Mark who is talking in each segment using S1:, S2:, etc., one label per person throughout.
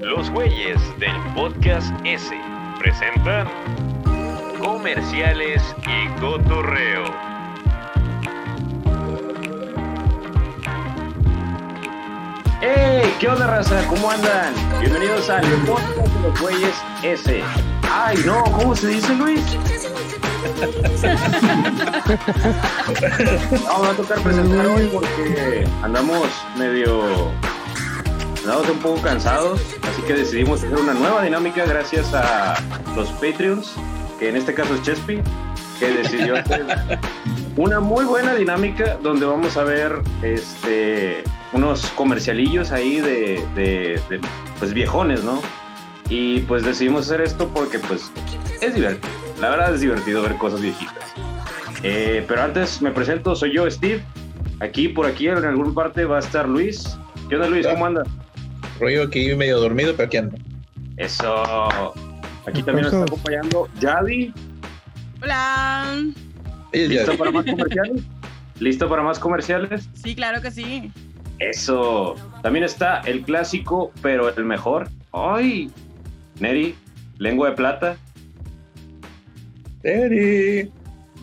S1: Los güeyes del podcast S presentan comerciales y cotorreo. ¡Hey! ¿Qué onda, raza? ¿Cómo andan? Bienvenidos al podcast de los güeyes S. Ay, no, ¿cómo se dice, Luis? No, me va a tocar presentar hoy porque andamos medio. andamos un poco cansados, así que decidimos hacer una nueva dinámica gracias a los Patreons, que en este caso es Chespi, que decidió hacer una muy buena dinámica donde vamos a ver este, unos comercialillos ahí de, de- de, pues viejones, ¿no? Y pues decidimos hacer esto porque pues es divertido. La verdad es divertido ver cosas viejitas. Eh, pero antes me presento, soy yo, Steve. Aquí, por aquí, en algún parte va a estar Luis. ¿Qué onda, Luis? ¿Cómo andas?
S2: Rollo aquí medio dormido, pero aquí ando.
S1: Eso. Aquí también nos está acompañando Yavi.
S3: Hola.
S2: Oye, ya,
S1: ¿Listo para más comerciales? ¿Listo para más comerciales?
S3: Sí, claro que sí.
S1: Eso. También está el clásico, pero el mejor. ¡Ay! Neri, lengua de plata.
S2: Eri,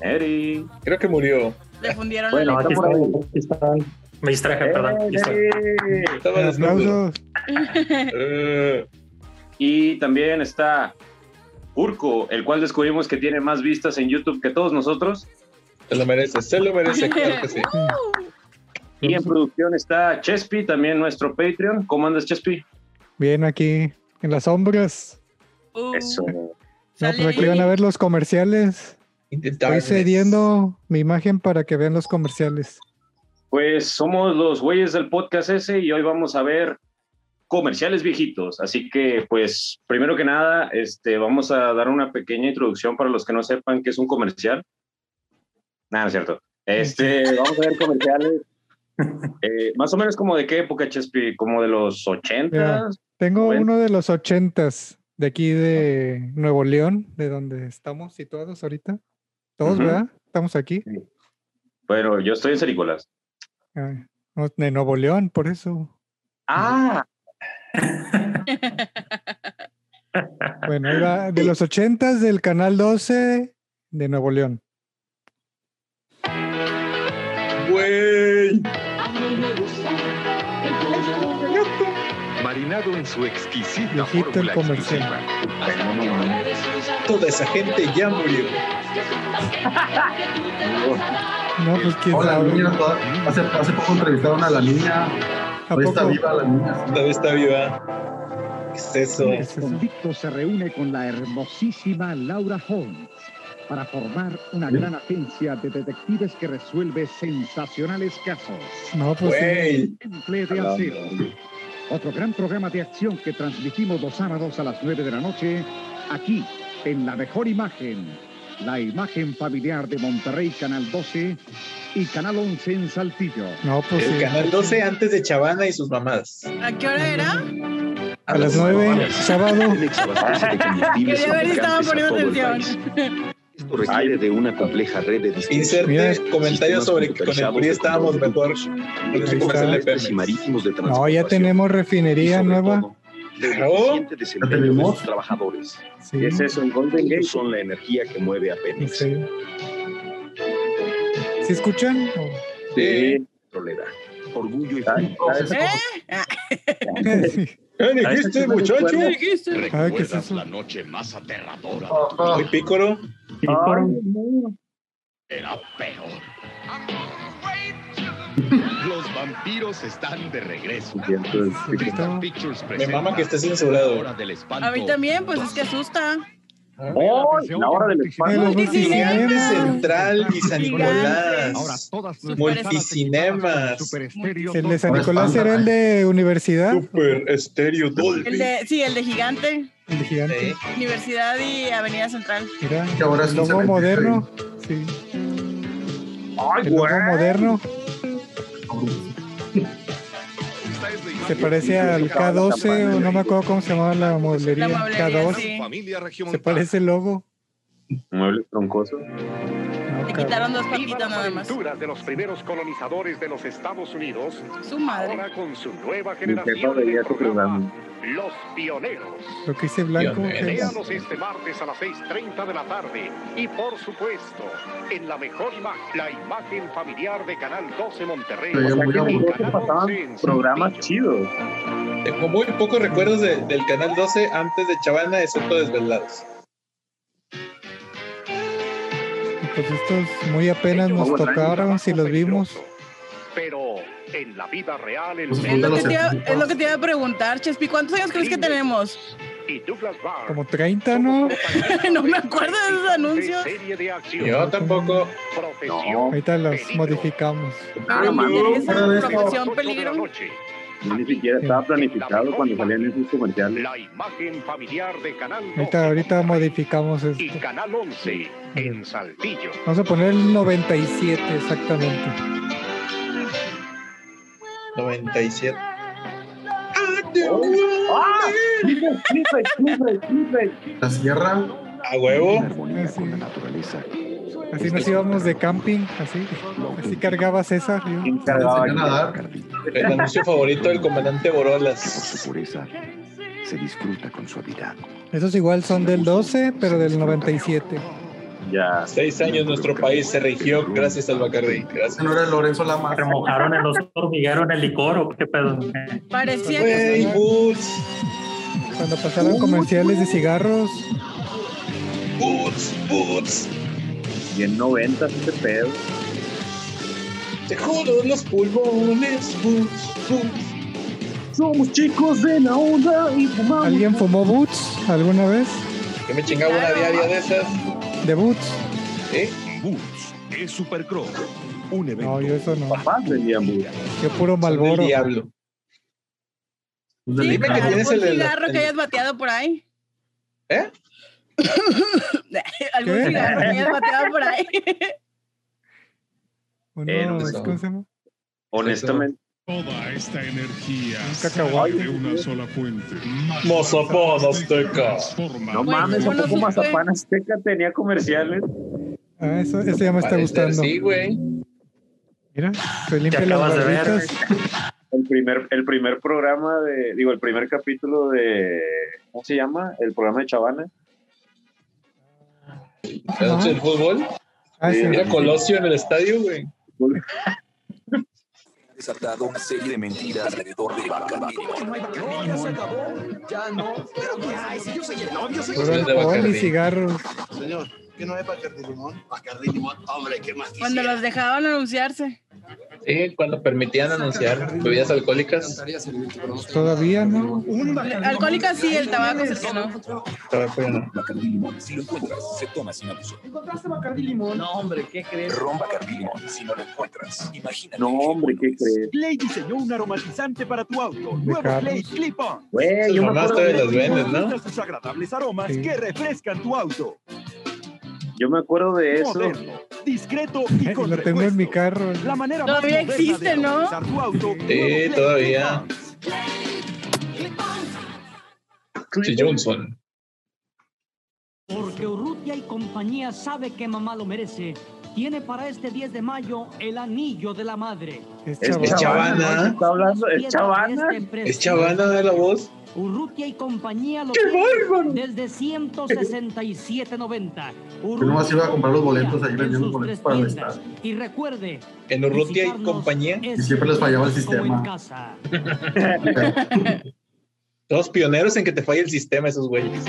S1: Neri.
S2: creo que murió.
S3: Le fundieron
S1: Bueno,
S3: la
S1: aquí
S4: Aquí
S1: por ahí.
S4: están, aquí están.
S5: Me distraje, perdón.
S1: ¡Eh,
S5: ya estoy.
S1: Neri!
S2: Estaba desnudo.
S4: Aplausos.
S2: Eh,
S1: Y también está Urco, el cual descubrimos que tiene más vistas en YouTube que todos nosotros.
S2: se lo merece, se lo merece, claro que sí.
S1: Y en producción está Chespi, también nuestro Patreon. ¿Cómo andas, Chespi?
S4: Bien aquí en las sombras.
S3: Uh, uh,
S4: No,
S3: sale
S4: pues aquí
S3: ahí.
S4: van a ver los comerciales.
S2: Intentaba.
S4: Estoy cediendo mi imagen para que vean los comerciales.
S1: Pues somos los güeyes del podcast ese y hoy vamos a ver comerciales viejitos. Así que, pues, primero que nada, este, vamos a dar una pequeña introducción para los que no sepan qué es un comercial. Nada, no es cierto. Este, vamos a ver comerciales. Eh, más o menos como de qué época, Chespi, como de los 80
S4: Tengo
S1: Bueno.
S4: uno de los ochentas de aquí de Nuevo León, de donde estamos situados ahorita. Todos,
S1: Ujú.
S4: ¿verdad? Estamos aquí.
S1: Bueno, yo estoy en Cerícolas.
S4: Ah, no, De Nuevo León, por eso.
S1: Ah,
S4: Bueno, ahí va, de los ochentas del Canal 12 de Nuevo León.
S2: Güey.
S6: Marinado en su exquisita
S4: Viejito el
S6: fórmula
S4: comercial.
S6: exclusiva.
S2: Toda esa gente ya murió.
S4: No, pues quién
S7: Hola,
S4: sabe.
S7: niña. toda- Hace, hace poco entrevistaron a la niña.
S4: ¿A
S7: Hoy está
S4: poco?
S7: viva la niña.
S2: Todavía está viva. ¿Qué es eso?
S4: ¿Qué es eso?
S8: Convicto se reúne con la hermosísima Laura Holmes para formar una gran agencia de detectives que resuelve sensacionales casos.
S4: No, pues sí.
S2: Güey.
S8: Temple de Acero, otro gran programa de acción que transmitimos los sábados a las 9 de la noche, aquí, en la mejor imagen, la imagen familiar de Monterrey, Canal 12 y Canal 11 en Saltillo.
S4: No, pues
S2: El
S4: sí.
S2: canal 12 antes de Chavana y sus mamadas.
S3: ¿A qué hora era?
S4: A las 9, sábado.
S2: Ah,
S3: Quería ver si estaban poniendo atención.
S6: Esto requiere de una compleja red de distribución.
S4: Mira,
S2: Inserte comentarios sobre que con el PRI estábamos mejor.
S4: está.
S2: comercial de
S6: terrestres y
S2: Pemex.
S6: marítimos de
S4: No, ya
S6: transportación.
S4: tenemos
S6: Y
S4: refinería
S6: sobre
S4: nueva.
S6: todo, del
S2: Claro.
S6: eficiente desempeño de
S7: tenemos.
S6: sus trabajadores.
S4: Sí,
S1: ¿qué es eso? ¿En Golden Gate?
S6: Ellos son la energía que mueve a Pemex.
S4: sí. ¿Sí escuchan? O-
S2: Sí.
S6: Petrolera. Orgullo y
S1: Ay,
S6: fruto.
S1: ay,
S2: ¿Qué
S1: Ah,
S2: dijiste, muchacho?
S3: dijiste?
S4: Ah, ¿qué es eso?
S6: la noche más aterradora.
S1: Ah,
S2: Muy pícoro.
S6: Era peor. Los vampiros están de regreso.
S4: Está-
S6: Pictures
S2: Me
S6: presenta
S2: mama que esté
S6: La
S2: censurado.
S6: Hora del espanto.
S3: A mí también, pues es que asusta.
S1: ¡Ay, la hora del espanto!
S2: Gigante
S3: Multicinema.
S2: Central y San
S8: Ahora
S2: Nicolás.
S8: todas
S2: Multicinemas.
S4: El de San
S7: Ahora
S4: Nicolás
S7: espantan,
S4: era el de universidad.
S2: Super estéreo
S3: El
S2: Dolby.
S3: de, sí, el de Gigante,
S4: El de gigante.
S2: Sí.
S3: Universidad y Avenida Central.
S4: Era
S7: Que ahora es
S4: el
S7: un
S4: lobo
S7: cementerio.
S4: moderno. Sí.
S1: ¡Ay,
S4: El lobo
S1: güey!
S4: moderno. Se parece al K12 o no me acuerdo cómo se llamaba la mueblería.
S3: La mueblería,
S4: K2.
S3: sí.
S4: Se parece el logo.
S1: Muebles troncosos.
S4: No,
S3: ¿Y Le quitaron dos patitas nada más.
S5: aventuras de los primeros colonizadores de los Estados Unidos,
S3: Su madre.
S5: ahora con su nueva
S1: Mi jefa
S5: generación en
S1: veía
S5: el
S1: su
S5: programa
S1: programa.
S5: Los Pioneros.
S4: Lo que pues, hice blanco.
S2: Dios mío.
S4: gente.
S5: Véalos este martes a las 6.30 de la tarde y por supuesto en la mejor imagen, la imagen familiar de Canal 12 Monterrey.
S7: Sí,
S1: O sea,
S7: muy
S1: que
S7: aburrido
S1: me
S5: Y
S1: que
S5: Canal 11
S1: pasaban
S5: en
S1: programas
S5: Saltillo.
S1: chidos.
S2: Tengo muy pocos recuerdos de- del canal 12 antes de Chavana, excepto Desvelados.
S4: Pues estos muy apenas
S5: Ellos
S4: nos
S5: traen un
S4: tocaron,
S5: trabajo
S4: si los vimos.
S5: peligroso, Pero en la vida real el
S7: Pues
S3: Es
S5: medio
S3: lo, que te iba, es lo que te iba a preguntar, Chespi. ¿Cuántos años crees que tenemos?
S5: y Douglas Barr
S4: Como 30,
S5: somos
S4: ¿no?
S5: compañeros
S3: No me acuerdo de esos anuncios.
S5: serie de acción,
S2: Yo tampoco.
S5: profesión,
S1: No.
S4: Ahorita las modificamos.
S1: Ah, No,
S3: me
S1: mames.
S3: interesa.
S7: fuera de eso.
S3: Profesión
S5: ocho de la
S3: peligro.
S5: noche.
S1: Yo Ni siquiera estaba planificado cuando salían esos comerciales.
S5: La imagen familiar de Canal 12
S4: Ahorita, ahorita
S5: Monterrey
S4: modificamos
S5: y
S4: esto.
S5: Canal 11 en Saltillo.
S4: Vamos a poner el 97 exactamente.
S2: 97.
S1: ¡Ah! ¡Chifres, chifres, chifres, chifres!
S7: La sierra.
S2: A huevo.
S6: En armonía
S4: Así.
S6: con la naturaleza.
S4: Así nos íbamos de camping, así. Así cargaba César. yo.
S1: ¿Quién cargaba?
S7: Enseñó a nadar.
S2: El anuncio favorito del comandante
S6: Su
S2: Borolas.
S6: pureza se disfruta con suavidad.
S4: Esos igual son del 12, pero del 97.
S1: Ya.
S2: Seis años nuestro país se regió gracias al Bacardi. Gracias.
S7: Ese no era Lorenzo Lamas.
S9: ¿Remojaron el oso hormiguero en el licor o qué pedo?
S3: Parecía que
S2: Wey, Boots.
S4: Cuando pasaron comerciales de cigarros,
S2: Boots. Boots.
S1: Y en 90 este pedo.
S2: Te juro los pulmones. Boots. Boots.
S1: Somos chicos de la onda y fumamos.
S4: ¿alguien fumó Boots alguna vez?
S2: Yo me chingaba una diaria de esas.
S4: ¿De Boots?
S2: ¿Eh?
S6: Boots es Supercross. Un
S4: No, yo eso no.
S1: Papás vendían burro.
S4: Yo puro
S2: Son del
S4: Malboro.
S2: diablo.
S3: sí,
S2: Dime que
S3: pero
S2: tienes
S3: algún
S2: el- el-
S3: cigarro que
S2: el-
S3: hayas bateado por ahí.
S2: ¿Eh?
S3: algún
S4: ¿Qué?
S3: cigarro que hayas bateado por ahí.
S4: Uno,
S1: Pero,
S4: es-
S2: no.
S4: ¿Cómo se llama?
S1: Eh, Honestamente,
S10: Toda esta energía
S4: Un
S10: sale
S4: cacahuate.
S10: de una sola fuente.
S2: Mozapón azteca.
S10: Transforma
S1: no
S3: Güey,
S1: mames,
S3: ¿cómo no
S1: tampoco
S3: supe?
S1: Mazapán Azteca tenía comerciales.
S4: Ah, eso, eso ya me está
S2: Parecer,
S4: gustando.
S2: Sí, güey.
S4: Mira, se limpian las
S9: acabas de ver.
S4: barritas.
S1: El primer, el primer programa de, digo, el primer capítulo de, ¿cómo se llama? El programa de Chavana.
S2: La noche del fútbol.
S4: Ah, sí.
S2: Era Colosio en el estadio, güey.
S6: desatado una serie de mentiras alrededor de Bacardi.
S4: Puro alcohol y cigarros.
S3: Cuando los dejaban anunciarse.
S2: Sí, cuando permitían anunciar bebidas alcohólicas.
S4: Pues todavía, ¿no?
S3: Alcohólica sí, el tabaco pues es el que no.
S2: Estaba pena.
S6: Bacardi Limón. Si lo encuentras, se toma sin abuso.
S9: No, hombre, ¿qué crees?
S6: Ron Bacardi Limón. Si no lo encuentras, imagínate.
S1: No, hombre, ¿qué crees?
S6: Play diseñó un aromatizante para tu auto.
S4: De carros.
S6: Clip-On.
S1: Güey,
S2: Sus
S1: yo me
S2: mamás
S1: acuerdo,
S2: todavía las venden, ¿no?
S6: Disfruta sus agradables aromas
S4: Sí.
S6: refrescan tu auto.
S1: yo me acuerdo de eso.
S6: Moderno, discreto y con
S4: Lo tengo en mi
S6: repuestos.
S4: carro.
S6: La manera
S3: Todavía
S6: más moderna
S3: existe,
S6: de
S3: ¿no?
S6: organizar tu auto.
S2: Sí, todavía. Sí, Johnson.
S9: Porque Urrutia y compañía sabe que mamá lo merece. Tiene para este 10 de mayo el anillo de la madre.
S4: Es
S1: Es
S4: chaval.
S2: Es Chavana.
S1: Chavana. Está hablando, es Chavana.
S2: Es chavana de la voz.
S9: Urrutia y compañía lo
S2: ¡Qué bárbaro!
S9: desde 167.90.
S7: Yo nomás iba a comprar los boletos ahí vendiendo boletos para el estadio.
S9: Y recuerde,
S2: En Urrutia y compañía.
S7: Y siempre les fallaba el sistema.
S2: Todos pioneros en que te falle el sistema, esos güeyes.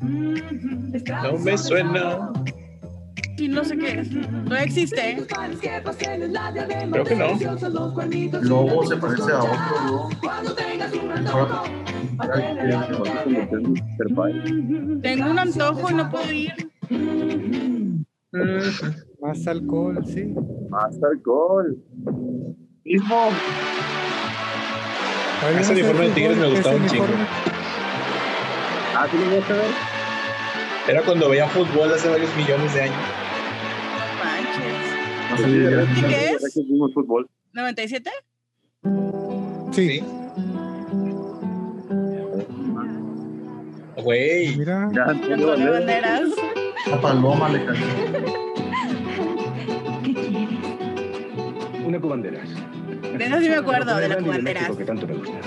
S2: No me suena.
S3: Y no sé qué es. No existe.
S2: Creo que no.
S7: Lobo se parece a otro, ¿no? Ahora-
S3: Tengo un antojo y no puedo ir.
S2: Mm.
S4: Más alcohol, sí.
S1: Más alcohol. Mismo.
S4: Todavía
S2: Ese
S4: no sé
S2: uniforme de Tigres me
S4: fútbol,
S2: gustaba
S4: ese
S2: un chingo.
S4: uniforme.
S1: Ah, ¿tú lo ibas a ver?
S2: Era cuando veía fútbol hace varios millones de años.
S3: Manches.
S7: no sé si era-
S3: ¿Y qué
S1: Era
S3: es?
S1: que vimos fútbol.
S3: ¿97?
S4: Sí,
S2: Güey.
S4: mira.
S1: Ya,
S3: Antonio
S1: Antonio Banderas.
S3: Banderas.
S11: La paloma le cayó.
S10: ¿Qué quieres?
S12: Una cubanderas.
S3: De eso sí me acuerdo, de la cubanderas.
S12: Que tanto me gusta.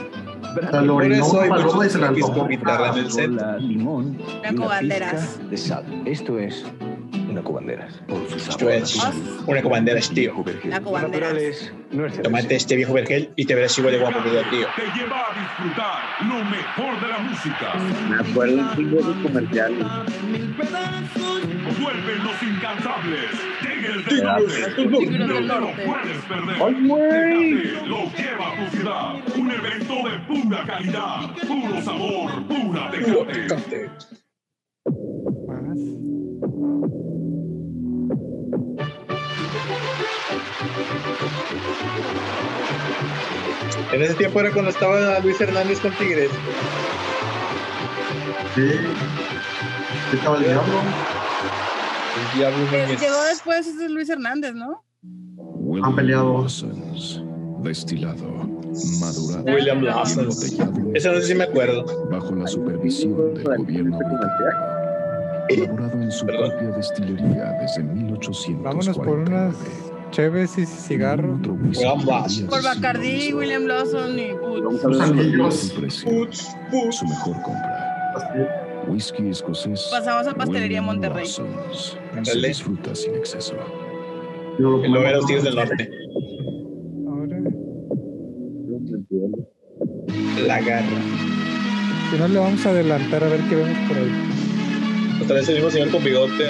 S11: La lorinó
S2: Por eso hay
S11: paloma y
S2: muchos
S11: se la
S2: frikis con
S11: antojó.
S2: guitarra en el set.
S12: La limón.
S3: La
S12: y una
S3: cubanderas.
S12: pizca De sal. Esto es una cubanderas. Por sus
S2: Esto es
S12: sabores.
S2: una comandera, tío.
S3: La cubanderas.
S12: naturales, no es
S2: Tomate este viejo vergel y te verás igual de guapo que yo, tío.
S13: Te lleva a disfrutar lo mejor de la música.
S6: Me acuerdo un chingo de esos comerciales.
S13: Vuelven los incansables. Tigres
S6: Tigres
S13: del
S3: norte.
S6: del
S13: Norte. No te lo puedes perder.
S6: ¡Ay, güey!
S13: Tecate Los lleva a tu ciudad. Un evento de pura calidad, puro sabor, pura Tecate.
S4: Más.
S2: En ese tiempo era cuando estaba Luis Hernández con Tigres.
S11: Sí. ¿Qué estaba el diablo?
S2: El diablo
S3: Que
S2: Núñez.
S3: Llegó después ese Luis Hernández, ¿no?
S11: Han peleado.
S13: Destilado, madurado.
S2: William Lawson. Ese no sé si me acuerdo.
S13: bajo la supervisión del gobierno elaborado en su
S2: Perdón.
S13: propia destilería desde 1849.
S4: Vámonos por unas cheves y cigarro.
S13: Otro whisky
S2: Gambas.
S13: había
S3: Por Bacardi,
S13: decidido
S3: William Lawson y
S6: Vamos
S3: Woods.
S6: a ver
S11: Los
S6: si lo-
S11: anillos.
S13: su precio,
S2: Putz, putz.
S13: su mejor compra. Whisky escocés.
S3: Pasamos a Pastelería Monterrey.
S13: Watson's. Se
S2: Ándale.
S13: disfruta sin exceso.
S11: Yo
S2: El número de los
S11: comemos.
S2: Tigres del Norte.
S4: Ahora,
S2: La garra.
S4: si no le vamos a adelantar a ver qué vemos por ahí.
S2: Otra vez el mismo señor con bigote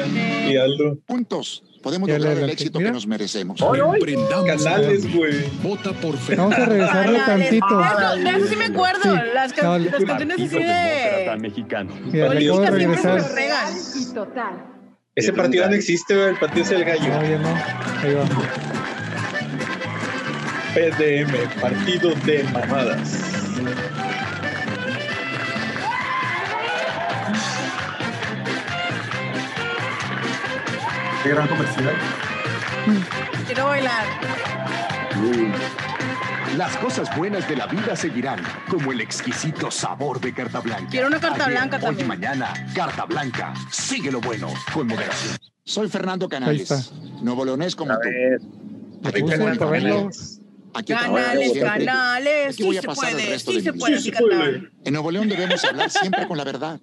S2: y algo.
S14: Juntos podemos
S4: Ya
S14: lograr
S4: le
S14: el
S4: adelanté.
S14: éxito
S4: Mira.
S14: que nos merecemos.
S2: Canales, güey.
S13: Vota por
S4: Vamos a regresarle
S3: Canales.
S4: tantito.
S3: Ah, De eso- de eso sí me acuerdo.
S4: Sí.
S3: Las, can-
S4: No, le-
S3: las canciones así de.
S12: mexicano.
S4: Mira, le acabo de
S3: Política siempre se
S4: regresar.
S3: lo regan.
S10: Y total.
S2: Ese partido no existe, güey. El partido es el
S4: No,
S2: gallo.
S4: ya no. Ahí va.
S2: PDM, partido de mamadas.
S11: Qué gran comercial.
S3: Quiero bailar.
S15: Las cosas buenas de la vida seguirán, como el exquisito sabor de carta blanca.
S3: Quiero una carta
S15: Ayer,
S3: blanca
S15: hoy
S3: también.
S15: y mañana, carta blanca. Sigue lo bueno, con moderación. Soy Fernando
S4: Ahí
S15: Canales,
S4: está.
S15: novolonés como
S6: A
S15: tú.
S6: ver,
S4: Puse para verlo.
S15: Aquí trabajo
S3: Canales,
S15: siempre.
S3: canales.
S15: Aquí
S3: Sí
S15: voy a
S3: se
S15: pasar el
S3: puede.
S15: resto
S3: Sí
S15: de
S3: se
S15: mi
S3: puede.
S15: vida.
S3: sí cantar.
S15: En Nuevo León debemos hablar siempre con la verdad.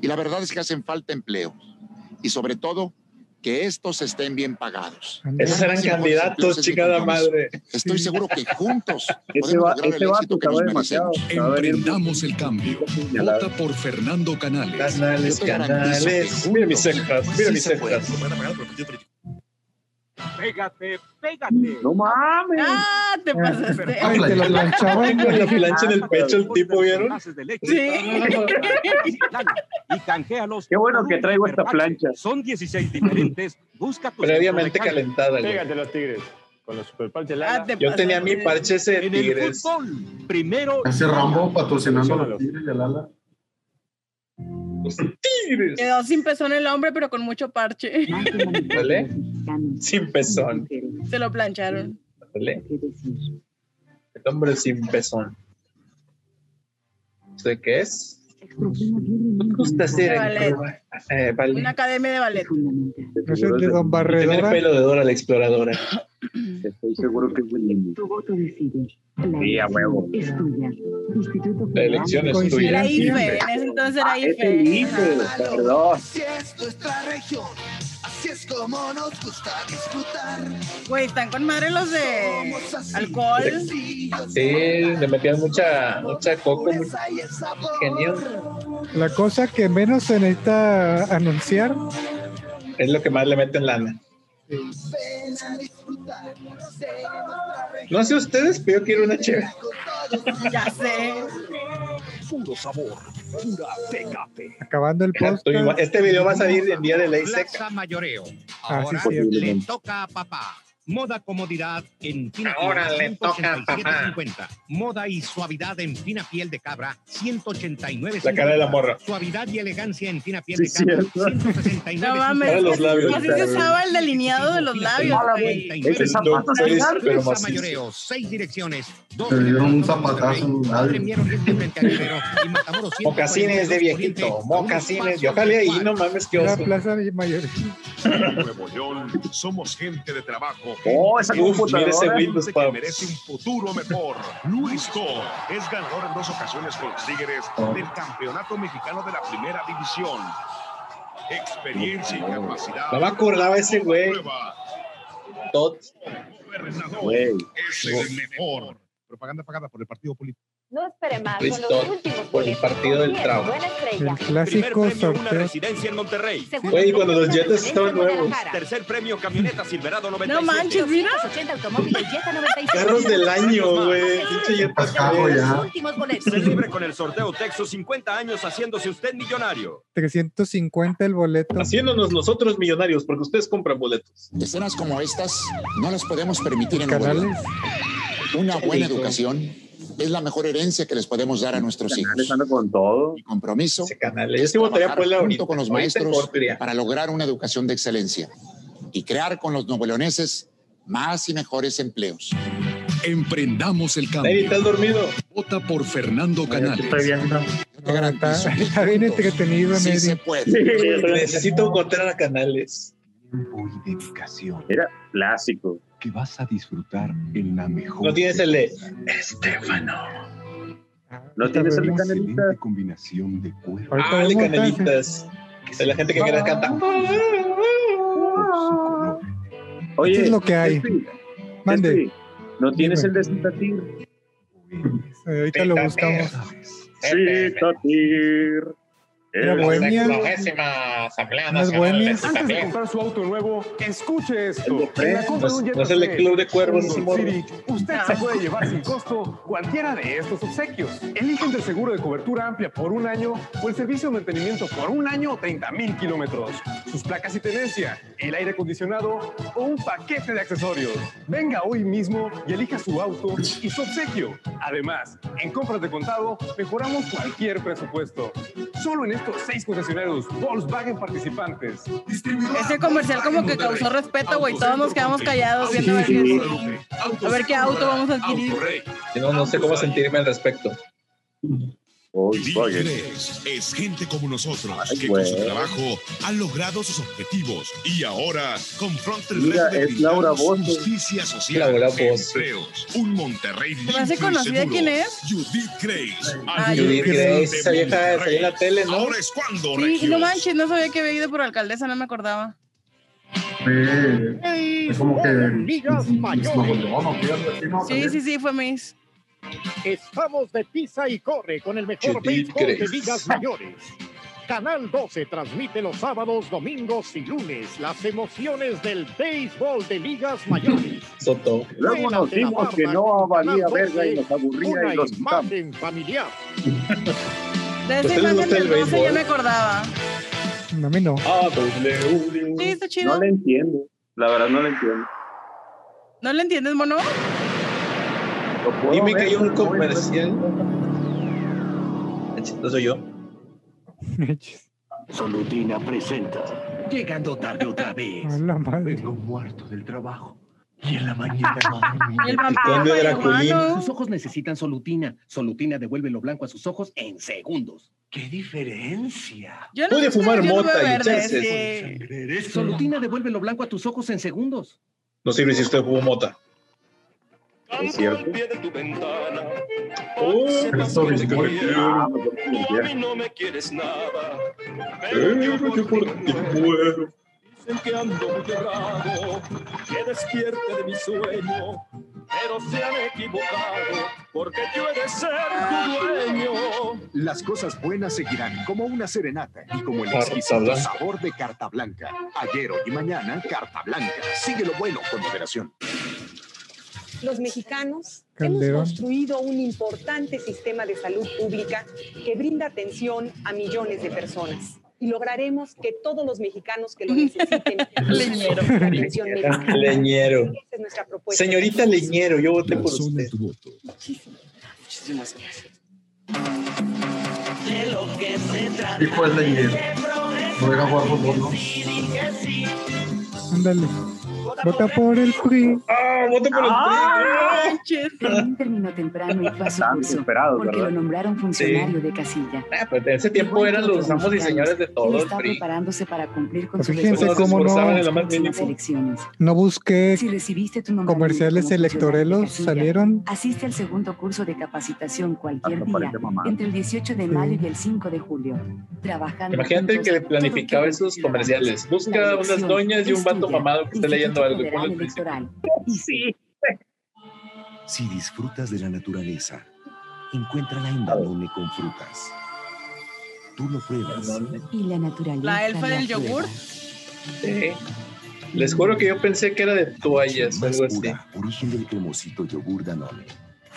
S15: Y la verdad es que hacen falta empleo. Y sobre todo, que estos estén bien pagados.
S4: Ándale.
S2: Esos eran
S15: Sí,
S2: candidatos,
S15: sí,
S2: chingada
S15: sí.
S2: madre.
S15: Estoy seguro que juntos
S6: Ese,
S15: podemos
S6: va,
S15: lograr
S6: ese
S15: el
S6: vato
S15: éxito que nos
S6: estaba demasiado.
S15: merecemos.
S6: se va a venir
S13: el cambio.
S6: Vota
S13: por Fernando Canales.
S2: Canales,
S15: Yo te garantizo
S2: canales.
S15: que
S2: Mira mis
S15: juntos
S2: cejas, mira
S15: sí
S2: mis
S15: se puede.
S2: cejas.
S12: Pégate, pégate.
S6: No mames.
S3: Ah, te pasaste.
S4: Ay, te lo planchaban.
S2: Tengo la
S4: güey.
S2: plancha en el pecho el tipo, ¿vieron?
S3: Sí.
S12: Y canjealos.
S6: Qué bueno que traigo esta plancha.
S12: Son 16 diferentes. Busca tu
S2: Previamente
S12: centro de
S2: calentada, güey.
S1: Pégate los tigres. Con los superparches
S3: Ah,
S1: Lala.
S3: te
S2: Yo
S3: pasaste.
S2: tenía mi parche ese de
S12: En el
S2: tigres.
S12: fútbol, primero
S11: Ese Rambo patrocinando a
S1: Menciónalo.
S11: los tigres y al ala.
S2: Los tigres.
S3: Quedó sin pezón el hombre, pero con mucho parche.
S2: ¿Vale? Sin pezón.
S3: Se lo plancharon.
S2: ¿Vale? El hombre sin pezón. ¿Usted qué es? Me gusta ser
S3: Ballet.
S2: eh, ballet.
S3: Una academia de ballet.
S10: Fundamental.
S4: No sé, de Don
S2: Y Tener
S4: Barredora.
S2: pelo de Dora la exploradora.
S6: Estoy seguro que es William.
S10: Tu voto decide. La
S6: Sí, a huevo.
S10: elección Es tuya. Instituto
S2: La
S10: Federal
S2: elección es
S4: Coincide.
S2: tuya.
S3: Era
S4: Sí,
S3: IFE. En ese entonces era
S6: Ah, es
S3: IFE.
S6: el hijo, perdón.
S3: Güey, están con madre los de alcohol.
S2: Sí, le metían mucha, mucha coco, mucho genio.
S4: La cosa que menos se necesita anunciar.
S2: Es lo que más le meten lana. No sé ustedes, pero yo quiero una chévere.
S3: Ya sé.
S15: Puro sabor, pura
S2: Ah,
S15: tecate.
S4: Acabando el post.
S2: Este video va a salir en día de ley seca.
S4: Ah, sí,
S6: Posiblemente.
S14: Toca a papá.
S16: Moda comodidad en fina
S17: Ahora le toca a papá.
S16: 187.50. Moda y suavidad en fina piel de cabra 189.
S2: La cara de la morra.
S16: Suavidad y elegancia en fina piel
S2: Sí,
S16: de cabra
S2: cierto.
S16: 169.
S3: No mames.
S2: los labios,
S3: Así se
S2: cabrón.
S3: usaba el delineado de los labios, güey.
S2: Ese es Doc Face, pero macizo.
S16: Mayoreo, seis direcciones, dos
S18: Le dieron un
S16: departamentos de
S18: zapatazo en un
S16: Monterrey,
S18: labio.
S16: Premier Oriente frente a Rivero y Matamoros
S2: Mocasines de
S16: 142 Oriente,
S2: viejito,
S16: a unos
S2: mocasines.
S16: pasos
S2: Y ojalá ahí,
S16: del
S2: no mames, qué
S4: La
S2: oso.
S4: plaza mayor.
S13: Nuevo León, somos gente de trabajo.
S2: Oh, esa
S13: Gente
S2: computadora.
S13: que merece
S2: Windows
S13: que
S2: Pub.
S13: merece un futuro mejor. Luis Cobb es ganador en dos ocasiones con los Tigres del Campeonato Mexicano de la Primera División. Experiencia y capacidad.
S2: No me acordaba ese güey. Tot.
S13: Gobernador es el mejor. Propaganda pagada por el partido político.
S19: No espere más.
S2: Luis
S19: con los
S2: Todd,
S19: últimos
S2: por el
S19: boletos
S2: partido del
S19: confíe en
S2: trauma.
S19: Buena estrella.
S4: El clásico sorteo.
S20: Residencia en Monterrey.
S2: Güey, cuando los Jetas estaban nuevos.
S20: Tercer premio camioneta Silverado 97.
S3: manches, mira.
S19: 280 automóviles Jetta 95.
S2: Carros del año, güey. Pinche Jetas.
S18: Cago ya.
S19: Últimos boletos.
S20: Se libre con el sorteo Texo 50 años haciéndose usted millonario.
S4: 350 el boleto.
S2: Haciéndonos nosotros millonarios, porque ustedes compran boletos.
S15: Escenas como estas no las podemos permitir en Nuevo
S4: Canales.
S15: León. Una buena educación es la mejor herencia que les podemos dar a nuestros hijos.
S6: con todo.
S15: Y compromiso.
S2: Canales. Yo sí votaría
S15: trabajar
S2: por la
S15: junto
S2: ahorita.
S15: con los
S2: Ahorita en
S15: maestros
S2: corto iría.
S15: para lograr una educación de excelencia y crear con los nuevoleoneses más y mejores empleos.
S21: Emprendamos el cambio.
S2: Ey, ¿estás dormido?
S21: Vota por Fernando Canales.
S4: No, está, está bien entretenido,
S15: Sí
S4: Neri.
S15: se puede.
S2: Necesito encontrar a Canales.
S21: Dedicación
S6: Era clásico.
S21: que vas a disfrutar en la mejor.
S2: No tienes el de
S21: Estefano.
S6: No tienes el de
S21: excelente combinación de cuerpo.
S4: Ahorita
S2: Ah, de
S4: vemos,
S2: Canelitas. De la gente que quiera canta.
S6: Oye,
S4: Esto es lo que hay.
S6: Cespi,
S4: Mande.
S6: Cespi, ¿No tienes
S4: Dime.
S6: el de Citatir?
S4: Eh, Ahorita lo buscamos.
S6: Citatir.
S4: Era bohemia.
S2: Asamblea
S4: Unas bohemias.
S22: Antes de comprar su auto nuevo, escuche
S2: El
S22: esto.
S2: de
S22: En
S2: Fresno,
S22: la compra de un
S2: no
S22: Jetta
S2: pues, es el de
S22: Express,
S2: Club de Cuervos,
S22: un
S2: ese
S22: Gold
S2: morro.
S22: City, usted se puede llevar sin costo cualquiera de estos obsequios. Elige entre el seguro de cobertura amplia por un año o el servicio de mantenimiento por un año o 30 mil kilómetros, sus placas y tenencia, el aire acondicionado o un paquete de accesorios. Venga hoy mismo y elija su auto y su obsequio. Además, en compras de contado mejoramos cualquier presupuesto. Solo en estos seis concesionarios Volkswagen participantes.
S3: Ese comercial como que causó respeto, güey. Todos nos quedamos callados viendo a ver qué, a ver qué auto vamos a adquirir.
S2: No, no sé cómo sentirme al respecto.
S13: Tigres es gente como nosotros que
S6: güey.
S13: con su trabajo ha logrado sus objetivos y ahora confronta el
S6: Mira,
S13: reto de
S6: es Laura
S13: brindarnos
S6: Bozo.
S13: justicia social,
S2: Laura Bozo.
S13: empleos, un Monterrey
S3: me hace
S13: limpio y
S3: conocida
S13: seguro.
S3: quién es.
S13: Judith Grace.
S3: Ah,
S2: Judith
S13: alcaldesa
S2: Grace,
S13: de
S2: esa vieja salió en la
S13: Monterrey.
S2: tele, ¿no?
S13: Ahora es cuando,
S3: Sí,
S13: Regios.
S3: no manches, no sabía que había ido por alcaldesa, no me acordaba.
S18: Sí. Es como que.
S23: Ligas
S18: Nuevo
S23: mayores.
S18: León, ¿o qué? Algo así, ¿no?
S3: Sí, sí, sí, fue Miss.
S23: Estamos de pisa y corre con el mejor
S18: Judith
S23: béisbol de
S18: Grace.
S23: ligas mayores. Canal 12 transmite los sábados, domingos y lunes las emociones del béisbol de ligas mayores.
S2: Soto.
S6: Luego nos
S23: Vuélate la
S6: dimos que
S23: barba
S6: no
S23: con Canal
S6: valía
S23: 12,
S6: verga y nos aburría
S23: Una
S6: y los quitamos.
S23: imagen familiar.
S3: De esa
S6: ¿Ustedes les
S3: imagen
S6: gusta
S3: del
S6: el
S3: 12 ya
S6: béisbol?
S3: me acordaba.
S13: pues,
S4: A mí no.
S2: Ah, pues,
S3: Sí, está chido.
S6: No le entiendo. La verdad no le entiendo.
S3: ¿No le entiendes, mono?
S6: Lo puedo
S2: Dime que
S6: ver,
S2: hay un
S6: pero no,
S2: comercial. No soy yo.
S12: Solutina presenta. Llegando tarde otra vez.
S4: A la madre.
S12: Vengo muerto del trabajo. Y en la mañana no dormí.
S3: El vampiro El conde Draculín. marihuano.
S12: Sus ojos necesitan solutina. Solutina devuelve lo blanco a sus ojos en segundos. ¡Qué diferencia!
S3: Yo no Puede sé, fumar yo no mota veo y verde, echarse sí.
S12: Solutina devuelve lo blanco a tus ojos en segundos.
S2: No sirve si usted jugó mota.
S6: Es cierto.
S2: Oh,
S6: Esto me convirtió en
S13: no me quieres nada.
S6: Pero yo por ti muero.
S13: Dicen que ando muy errado, que despierte de mi sueño, pero se han equivocado, porque yo he de ser tu dueño.
S24: Las cosas buenas seguirán como una serenata y como el
S2: Carta
S24: exquisito
S2: blanca.
S24: sabor de carta blanca. Ayer, hoy y mañana, carta blanca. Sigue lo bueno con moderación.
S10: Los mexicanos
S4: Calderón.
S10: hemos construido un importante sistema de salud pública que brinda atención a millones de personas. Y lograremos que todos los mexicanos que lo necesiten
S3: Leñero.
S10: reciban atención médica.
S2: Leñero.
S10: Esa es
S25: nuestra
S13: Pues,
S25: propuesta.
S2: Señorita Leñero, yo voté por
S13: Razona
S2: usted.
S13: tu voto.
S25: Muchísimas gracias.
S6: Hijo de Leñero. No deja jugar fútbol, ¿no?
S4: Ándale. Vota por el PRI.
S2: ¡Ah, voto por el
S3: ¡Ah!
S10: Fermín terminó temprano y fue a su
S1: Estaban
S10: curso
S1: desesperados,
S10: porque
S1: ¿verdad?
S10: lo nombraron funcionario de casilla.
S2: Pues en ese tiempo eran los amos y señores de
S10: Él
S2: todo el
S10: está
S2: PRI.
S10: preparándose para cumplir con
S4: Pues
S10: su
S4: fíjense cómo
S10: responsabilidad
S4: no- en
S10: en las
S4: lo más
S10: próximas
S4: mínimo.
S10: elecciones.
S4: No busqué
S10: Si recibiste tu nombramiento
S4: comerciales
S10: como funcionario de
S4: electorelos,
S10: casilla,
S4: salieron.
S10: Asiste al segundo curso de capacitación cualquier
S4: Hasta
S10: día
S4: Ah, parece mamá.
S10: entre el 18 de mayo y el 5 de julio. Trabajando
S2: Imagínate
S10: juntos,
S2: que le
S10: todo
S2: planificaba
S10: queda
S2: esos
S10: en ciudadanos.
S2: comerciales.
S10: La
S2: Busca unas
S10: elección,
S2: doñas y un vato
S10: estudia,
S2: mamado que esté
S10: Instituto
S2: leyendo algo.
S10: Federal
S2: Ponle el principio.
S10: Electoral.
S2: Sí.
S13: Si disfrutas de la naturaleza, encuéntrala en Danone con frutas. Tú lo pruebas.
S10: Y la naturaleza.
S3: La elfa del yogur.
S2: Sí. Les juro que yo pensé que era de toallas o algo así.
S13: Origen del cremosito yogur Danone.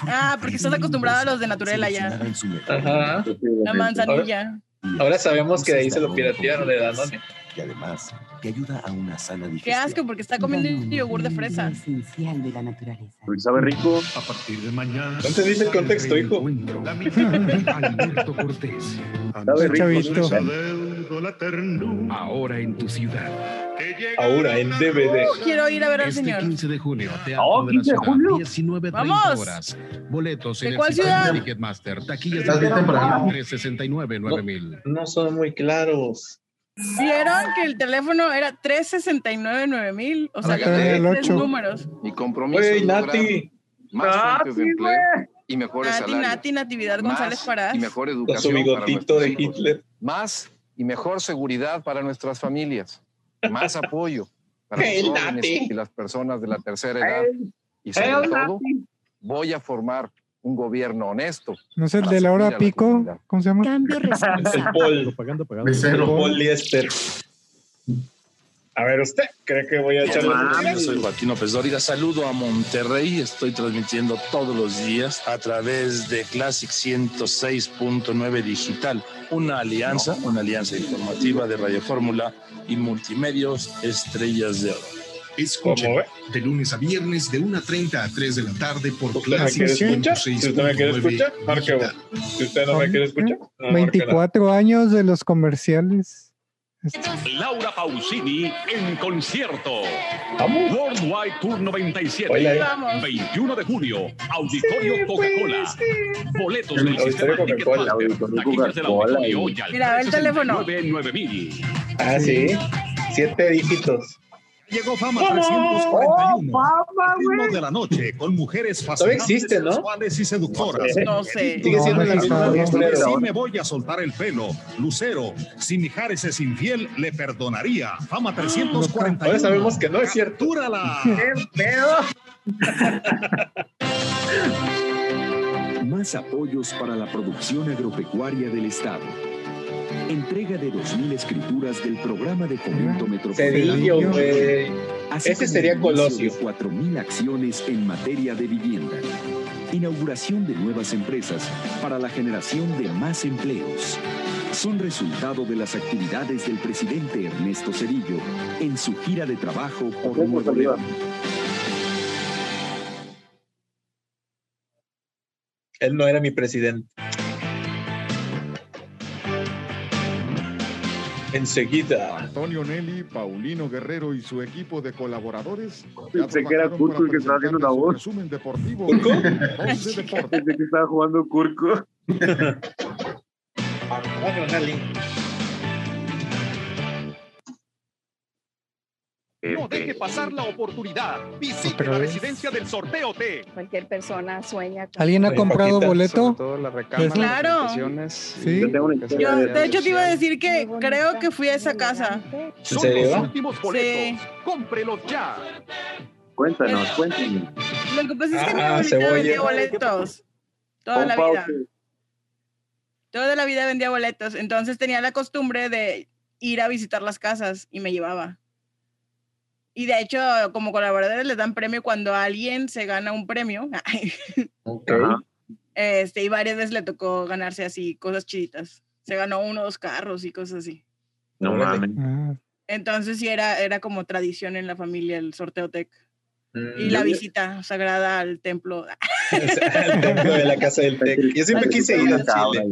S3: Ah, porque estás acostumbrado a los de Naturela Ah, ya.
S13: Seleccionada en su mejor
S2: Ajá.
S3: La manzanilla.
S13: día.
S2: Ahora sabemos que de ahí se lo
S13: Este Danone con
S2: piratearon de
S13: frutas,
S2: Danone.
S13: Y además, te ayuda a una sana
S3: Qué
S13: digestión.
S3: asco, porque está comiendo yogur de fresa.
S10: Esencial de la naturaleza.
S1: ¿Sabe rico?
S26: A partir de mañana.
S2: ¿No entendiste el contexto, hijo?
S26: La mitad de Alberto Cortés.
S1: Sabe rico,
S4: Chavito.
S1: sabe-
S26: Adeudo la ternura. Ahora en tu ciudad. Que llega
S2: Ahora en DVD.
S3: Quiero ir a ver al
S26: este
S3: señor.
S26: 15 de junio, Teatro
S1: Oh,
S26: de
S1: 15 de
S26: la Ciudad,
S1: junio.
S26: 19
S3: ¡Vamos!
S26: horas. Boletos en
S3: ¿De
S26: el
S3: cuál
S26: sistema
S3: ciudad?
S26: Ticketmaster, taquillas
S6: Estás bien temprano.
S26: 369 9000.
S2: No son muy claros.
S3: Vieron que el teléfono era 369 9000, o sea,
S4: Ah, caray, el
S3: tres
S4: ocho.
S3: números.
S12: Mi compromiso
S2: Güey,
S12: es lograr
S2: Nati.
S12: más
S1: Ah,
S12: fuentes de
S2: Nati,
S12: empleo
S2: güey.
S12: y mejores
S3: Nati,
S12: salarios.
S3: Nati, Natividad
S12: Más
S3: González Parás.
S12: y mejor
S2: Con su
S12: educación para
S2: bigotito
S12: nuestros
S2: de
S12: hijos.
S2: Hitler.
S12: Más y mejor seguridad para nuestras familias. Más apoyo para los
S2: El
S12: jóvenes
S2: Nati.
S12: y las personas de la tercera edad. Y sobre
S2: el
S12: todo, voy a formar un gobierno honesto.
S4: ¿No es el
S13: Ah,
S12: para
S4: de la hora
S12: servir a
S4: pico?
S12: comunidad.
S4: ¿Cómo se llama?
S10: Cambio
S2: El
S10: responsable.
S2: Paul.
S27: Propaganda pagada.
S2: El
S6: Mesero.
S2: Paul Liester. A ver, ¿usted cree que voy a echarle
S28: Yo soy Joaquín López Dóriga, saludo a Monterrey, estoy transmitiendo todos los días a través de Classic 106.9 Digital, una alianza, una alianza informativa de Radio Fórmula y Multimedios Estrellas de Oro.
S24: Escucha
S2: ¿Cómo ve?
S24: de lunes a viernes de 1.30 a 3 de la tarde por
S2: ¿Usted me
S24: Classic
S2: quiere escuchar? Si usted me quiere
S24: 106.9
S2: escuchar, marque uno. Si usted no me quiere escuchar, no
S4: ¿Eh?
S2: marque nada.
S4: 24 años de los comerciales.
S24: Laura Pausini en concierto. Worldwide Tour 97.
S2: Oye, eh.
S24: 21 de julio. Auditorio
S13: pues.
S24: Coca-Cola. Boletos
S2: El
S24: del sistema
S2: Auditorio
S7: Pues
S2: Coca-Cola, Auditorio
S24: Ticketmaster. Taquillas del
S2: Coca-Cola,
S24: auditorio
S2: eh.
S24: y al
S3: Mira, Ah, el teléfono.
S24: 369-9000.
S2: Ah, sí. Siete dígitos.
S24: Llegó Fama
S2: ¡Oh,
S24: 341. Ritmos de la noche con mujeres
S2: Todavía
S24: fascinantes,
S2: existe, ¿no?
S24: sensuales y seductoras.
S3: No sé.
S2: Sigue
S4: No,
S2: siendo la
S4: no,
S2: misma.
S4: no, no.
S2: Pero-
S24: Si me voy a soltar el pelo, Lucero, si Mijares es infiel, le perdonaría. Fama 341.
S2: Ahora sabemos que no es cierto.
S24: Captúrala.
S13: Más apoyos para la producción agropecuaria del Estado. Entrega de 2.000 escrituras del programa de fomento metropolitano.
S2: Cedillo, güey.
S13: Así
S2: Ese
S13: como
S2: sería
S13: el inicio
S2: Colosio.
S13: de 4.000 acciones en materia de vivienda. Inauguración de nuevas empresas para la generación de más empleos. Son resultado de las actividades del presidente Ernesto Cedillo en su gira de trabajo por Nuevo León.
S2: Él no era mi presidente. Enseguida.
S29: Antonio Nelly, Paulino Guerrero y su equipo de colaboradores.
S1: Pensé que era Curco el que estaba haciendo la voz.
S29: Resumen deportivo.
S2: ¿Curco?
S29: de Voz de Deportes.
S1: Pensé que estaba jugando Curco.
S2: Antonio Nelly.
S30: No deje pasar la oportunidad. Visite
S4: Este, Otra
S30: la
S4: vez.
S30: residencia del sorteo T.
S31: Cualquier persona sueña con...
S4: ¿Alguien ha
S2: Oye,
S4: comprado
S2: Paquita,
S4: boleto?
S32: Todo la
S4: Pues,
S32: recámara,
S3: Claro.
S32: las habitaciones y
S4: Sí.
S1: Yo tengo una
S32: lo que
S1: historia
S3: Yo,
S32: sea
S1: de-
S3: de hecho, te iba a decir que
S31: Muy
S3: creo
S31: bonita,
S3: que fui a esa casa.
S31: elegante.
S2: ¿En
S30: Son los
S2: serio?
S30: últimos
S3: Sí.
S30: boletos. Cómprelos ya.
S1: Cuéntanos, cuéntanos.
S3: Lo que pasa es que mi
S2: Ah,
S3: abuelita
S2: cebolla.
S3: vendía boletos.
S7: Oh,
S3: Toda la
S1: Compa,
S3: vida.
S1: ok.
S3: Toda la vida vendía boletos. Entonces tenía la costumbre de ir a visitar las casas y me llevaba. Y de hecho, como colaboradores les dan premio cuando alguien se gana un premio.
S1: Ajá.
S3: Este, y varias veces le tocó ganarse así cosas chiditas. Se ganó uno, dos carros y cosas así.
S1: No mames.
S4: Ah,
S3: Entonces sí era, era como tradición en la familia el sorteo tech. Y la visita sagrada al templo.
S2: Al templo de la casa del Tec. Yo siempre quise ir a Chile,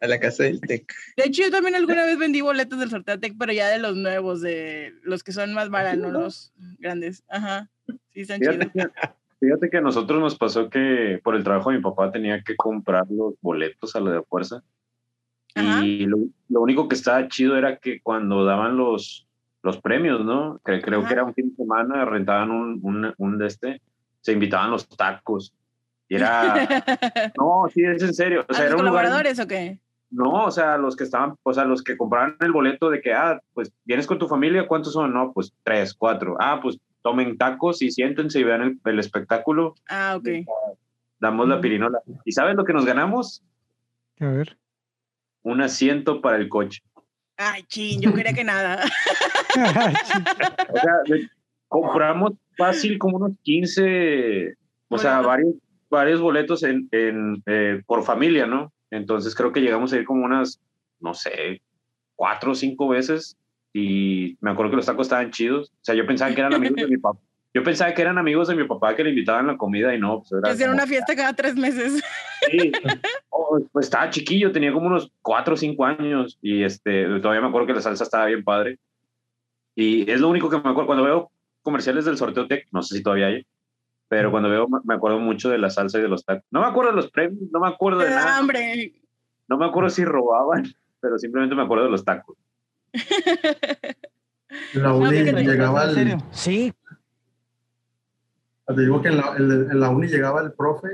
S2: a la casa del Tec.
S3: De hecho, yo también alguna vez vendí boletos del sorteo Tec, pero ya de los nuevos, de los que son más baratos, no los grandes. Ajá. Sí, están chidos.
S1: ¿Ah, Fíjate que, fíjate que a nosotros nos pasó que por el trabajo de mi papá tenía que comprar los boletos a la de fuerza.
S3: Ajá.
S1: Y lo, lo único que estaba chido era que cuando daban los, los premios, ¿no? Que, creo que era un fin de semana, rentaban un, un, un de este, se invitaban los tacos. Y era. no, sí, es en serio. O sea,
S3: ¿A
S1: pues, era
S3: los
S1: un lugar-
S3: colaboradores o qué?
S1: no, o sea, los que estaban, o sea, los que compraban el boleto de que, ah, pues vienes con tu familia, ¿cuántos son? No, pues tres, cuatro. Ah, pues tomen tacos y siéntense y vean el, el espectáculo.
S3: Ah, ok.
S1: Damos la pirinola. ¿Y sabes lo que nos ganamos?
S4: A ver.
S1: Un asiento para el coche.
S3: Ay, chin, yo quería que nada.
S1: O sea, de- compramos fácil como unos 15, o sea, varios, varios boletos en, en, eh, por familia, ¿no? Entonces creo que llegamos a ir como unas, no sé, cuatro o cinco veces y me acuerdo que los tacos estaban chidos. O sea, yo pensaba que eran amigos de mi papá. Yo pensaba que eran amigos de mi papá que le invitaban la comida y no, pues
S3: Que
S1: era
S3: hacían
S1: como-
S3: una fiesta cada tres meses.
S1: Sí. Oh, pues estaba chiquillo, tenía como unos 4 o 5 años y este, todavía me acuerdo que la salsa estaba bien padre. Y es lo único que me acuerdo cuando veo comerciales del sorteo Tech, no sé si todavía hay, pero cuando veo me- me acuerdo mucho de la salsa y de los tacos. No me acuerdo de los premios, no me acuerdo
S3: Te
S1: de
S3: da
S1: nada,
S3: hambre.
S1: no me acuerdo si robaban, pero simplemente me acuerdo de los tacos.
S7: La uni llegaba
S1: ¿En
S7: el.
S1: serio?
S7: Sí. Te digo que en la, en la- en la uni llegaba el profe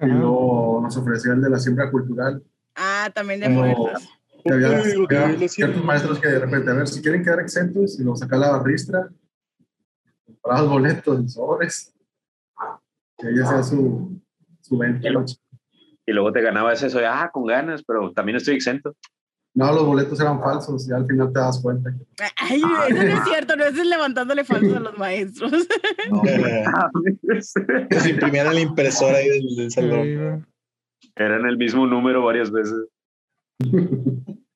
S7: y luego nos ofrecía el de la siembra cultural.
S3: Ah, también de
S7: Como
S3: muertos.
S7: que había,
S3: Yo digo que
S7: había
S3: lo
S7: ciertos maestros que de repente, a ver, si quieren quedar exentos, y nos saca la barristra, compraba los boletos, los sobres, que ella sea su, su venta.
S1: Y luego te ganabas eso, y, ah, con ganas, pero también estoy exento.
S7: No, los boletos eran falsos y al final te das cuenta. que-
S3: Ay, eso no es cierto, no estés levantándole falsos a los maestros.
S2: Que se Ah, pues, imprimían en la impresora ahí del, del salón.
S1: Eran el mismo número varias veces.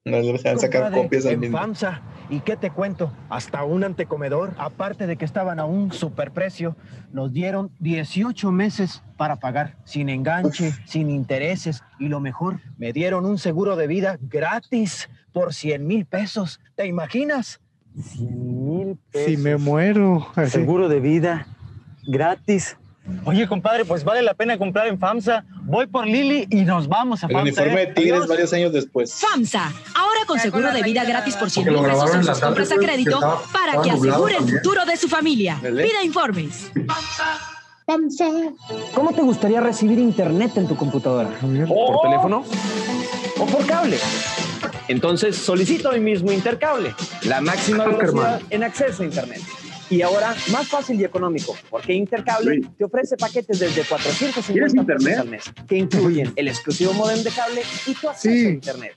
S2: No les han sacado
S6: Compadre,
S2: copias al
S6: en
S2: mismo.
S6: FAMSA. ¿Y qué te cuento? Hasta un antecomedor, aparte de que estaban a un superprecio, nos dieron 18 meses para pagar, sin enganche, sin intereses. Y lo mejor, me dieron un seguro de vida gratis por 100 mil pesos. ¿Te imaginas? 100 mil
S4: Si me muero. así.
S6: Seguro de vida gratis. Oye, compadre, pues vale la pena comprar en FAMSA. Voy por Lili y nos vamos a
S2: El
S6: FAMSA.
S2: uniforme
S6: ¿eh?
S2: de Tigres
S6: Adiós.
S2: varios años después.
S9: FAMSA, ahora con seguro de vida gratis por 100 mil
S2: Porque lo
S9: pesos
S2: grabaron
S9: en
S2: en la
S9: sus
S2: tarde,
S9: compras a
S2: pues, que
S9: crédito
S2: estaba-
S9: para
S2: estaba
S9: que
S2: nublado
S9: asegure el
S2: también.
S9: futuro de su familia.
S6: ¿Vale?
S9: Pida informes.
S6: ¿Cómo te gustaría recibir internet en tu computadora? ¿Por teléfono? Oh. ¿O por cable? Entonces solicito hoy mismo Intercable, la máxima
S4: Ah,
S6: velocidad en acceso a internet. Y ahora más fácil y económico, porque Intercable te ofrece paquetes desde 450 pesos al mes, que incluyen el exclusivo modem de cable y tu acceso a internet.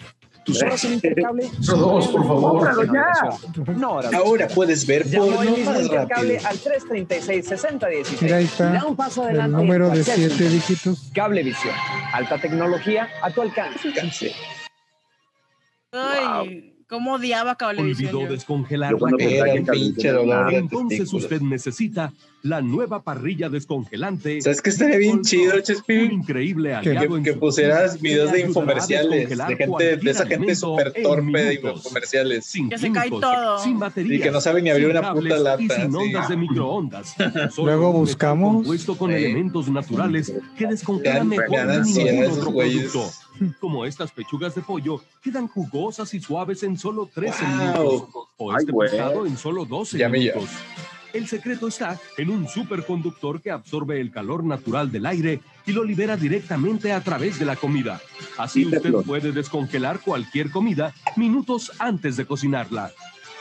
S6: Tus horas en Intercable.
S7: Esos dos, por favor.
S6: ¡Cómpralo ya! No, ahora.
S2: Ahora puedes ver
S6: Llama hoy
S2: porno
S6: mismo
S2: más
S6: Intercable
S2: rápido.
S6: al 336-6016.
S4: Mira, ahí está
S6: Y da un paso
S4: el
S6: adelante en
S4: número de
S6: cualquier
S4: siete
S6: sentido.
S4: dígitos.
S6: Cablevisión, alta tecnología a tu alcance.
S3: Ay, cómo odiaba Cablevisión.
S24: Olvidó
S3: yo.
S24: descongelar
S2: Yo cuando
S24: la
S2: pensaba
S24: carne.
S2: que Carlitos Pinche dolor era- de
S24: Entonces
S2: testículos.
S24: usted necesita la nueva parrilla descongelante.
S2: ¿Sabes qué estaría bien chido, Chespin?
S24: Increíble
S2: Que,
S24: aliado en
S2: que
S24: su-
S2: pusieras videos de
S24: que le ayudará a
S2: infomerciales,
S24: descongelar
S2: de gente,
S24: cualquier
S2: de esa gente
S24: alimento
S2: súper
S24: en
S2: torpe de
S24: minutos.
S2: infomerciales.
S24: Que se cae químicos, todo. sin baterías,
S2: y que no sabe ni abrir
S24: sin
S2: una puta
S24: cables
S2: lata.
S24: y sin
S2: sí.
S24: ondas de microondas. Solo
S4: Luego
S24: un metal
S4: buscamos.
S24: Compuesto con
S2: Sí.
S24: elementos naturales que descongelan
S2: Me dan- me
S24: mejor
S2: dan
S24: que ningún
S2: ansiedad esos
S24: otro
S2: güeyes.
S24: producto. Como estas pechugas de pollo quedan jugosas y suaves en solo 13
S2: Wow.
S24: minutos. O
S2: Ay,
S24: este
S2: güey.
S24: pescado en solo 12
S2: Ya me
S24: minutos. El secreto está en un superconductor que absorbe el calor natural del aire y lo libera directamente a través de la comida. Así usted puede descongelar cualquier comida minutos antes de cocinarla.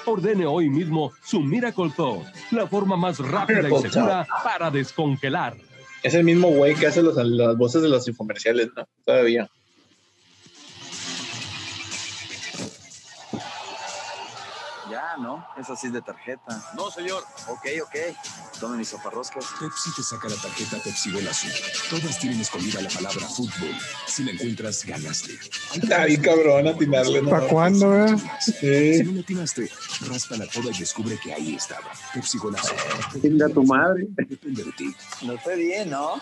S24: Ordene hoy mismo su Miracle Thaw, la forma más rápida y
S2: Miracle Thaw.
S24: segura para descongelar.
S2: Es el mismo güey que hace los- las voces de los infomerciales, ¿no? Todavía.
S33: Ya, ¿no? Es así de tarjeta.
S34: No, señor.
S33: Ok, ok. Tome mis zaparroscas.
S35: Pepsi te saca la tarjeta Pepsi Golazo. Todas tienen escondida la palabra fútbol. Si la encuentras, ganaste.
S2: Está bien cabrón atinarle. ¿no?
S4: ¿Para cuándo, eh?
S35: Si no la atinaste, ráspala toda y descubre que ahí estaba. Pepsi Golazo.
S1: Venga tu madre.
S35: Depende de ti.
S33: No fue bien, ¿no?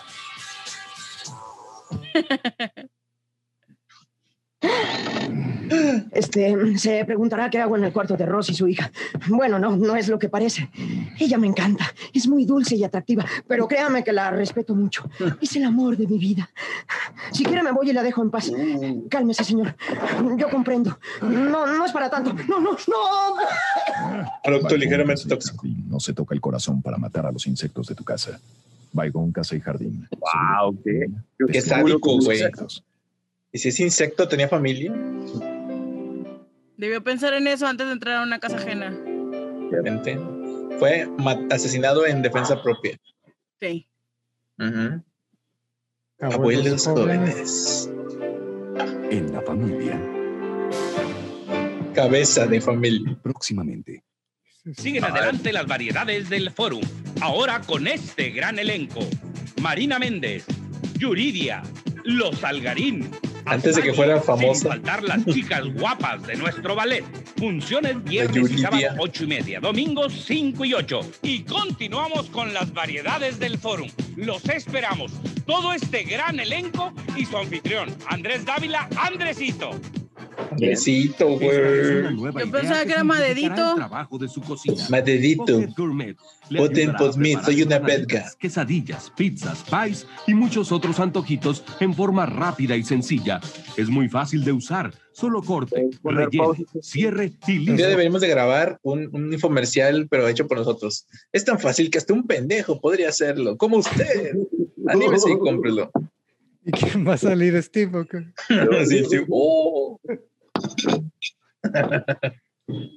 S36: Este, se preguntará qué hago en el cuarto de Ross y su hija. Bueno, no, no es lo que parece. Ella me encanta, es muy dulce y atractiva, pero créame que la respeto mucho. Es el amor de mi vida. Si quiere me voy y la dejo en paz.
S2: Mm.
S36: Cálmese, señor. Yo comprendo. No, no es para tanto. No, no, no.
S2: Producto ligeramente tóxico.
S13: No se toca el corazón para matar a los insectos de tu casa. Baigón, casa y jardín.
S1: Wow, qué,
S2: Qué sádico, güey. ¿Y si ese insecto tenía familia?
S3: Debió pensar en eso antes de entrar a una casa ajena.
S2: Obviamente. Fue ma- asesinado en defensa propia.
S3: Sí.
S2: Ujú. Abuelos jóvenes.
S35: En la familia.
S2: Cabeza de familia.
S35: Próximamente.
S12: Siguen adelante las variedades del Forum. Ahora con este gran elenco: Marina Méndez, Yuridia, Los Algarín.
S2: Antes de que fuera
S12: Sin
S2: famosa.
S12: faltar las chicas guapas de nuestro ballet. Funciones viernes y
S2: Yuridia.
S12: sábado 8 y media, domingos 5 y 8. Y continuamos con las variedades del Forum. Los esperamos. Todo este gran elenco y su anfitrión, Andrés Dávila, Andresito.
S2: Besito, güey.
S3: Yo pensaba que era maderito.
S24: trabajo de su cocina.
S2: Madedito.
S24: Pocket Gourmet. le
S2: Potent
S24: ayudará a
S2: Postmeat,
S24: preparar
S2: soy una
S24: empanaditas,
S2: verga.
S24: Quesadillas, pizzas, pies y muchos otros antojitos en forma rápida y sencilla. Es muy fácil de usar. Solo corte, rellene, cierre y
S2: Un día
S24: listo.
S2: deberíamos de grabar un, un infomercial, pero hecho por nosotros. Es tan fácil que hasta un pendejo podría hacerlo, como usted. Anímese y cómprelo.
S4: ¿Y quién va a salir, Steve? o qué?
S2: Sí, sí. Oh.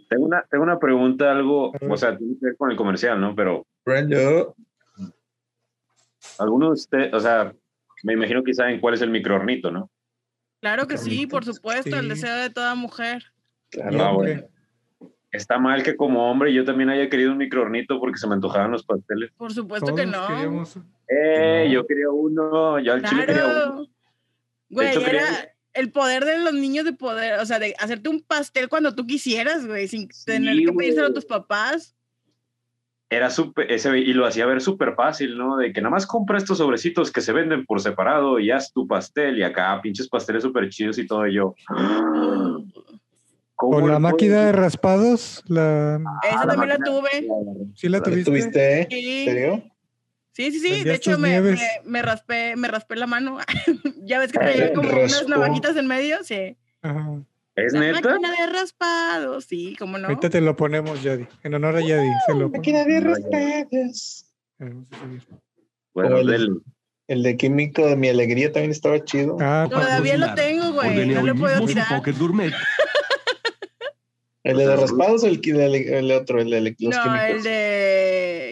S1: Tengo una, tengo una pregunta, algo, o sea, tiene que ver con el comercial, ¿no? Pero.
S2: Brando.
S1: Algunos de ustedes, o sea, me imagino que saben cuál es el microornito, ¿no?
S3: Claro que sí, por supuesto, el deseo de toda mujer.
S1: Ah, bueno. Está mal que como hombre yo también haya querido un microornito porque se me antojaban los pasteles.
S3: Por supuesto que no.
S1: Eh, yo quería uno, yo al chile quería uno.
S3: Claro. Güey,
S1: hecho, quería-
S3: era el poder de los niños de poder, o sea, de hacerte un pastel cuando tú quisieras, güey, sin tener que
S1: güey.
S3: pedírselo a tus papás.
S1: Era súper, ese, y lo hacía ver súper fácil, ¿no? De que nada más compra estos sobrecitos que se venden por separado y haz tu pastel y acá pinches pasteles súper chidos y todo y yo. ¿cómo
S4: O
S1: le
S4: la
S1: puedo
S4: máquina de raspados, la...
S3: Esa
S2: Ah,
S1: la
S3: también la
S1: máquina-
S3: tuve.
S4: ¿Sí la tuviste?
S2: ¿Tuviste? ¿eh?
S3: Sí.
S2: serio?
S3: Sí, sí, sí. De
S4: Vendías
S3: hecho,
S4: tus
S3: me,
S4: nieves.
S3: me- me raspé, me raspé la mano. ya ves que
S1: Eh,
S3: traía como unas
S1: raspó.
S3: navajitas en medio, sí.
S1: ¿Es
S3: la
S1: neta?
S3: máquina de raspado, sí, cómo no.
S4: Ahorita te lo ponemos, Yadi. En honor a Yadi. Se lo
S2: Máquina de raspados.
S1: Bueno,
S2: el,
S1: del-
S2: el de químico de mi alegría también estaba chido.
S24: Ah,
S3: Todavía lo tengo, güey.
S2: Ordené
S3: No lo
S2: hoy
S3: puedo
S2: mismo su
S3: tirar.
S24: Pocket Gourmet.
S2: ¿El de los raspados o el, qui- el- el otro, el de los
S3: No,
S2: químicos?
S3: el de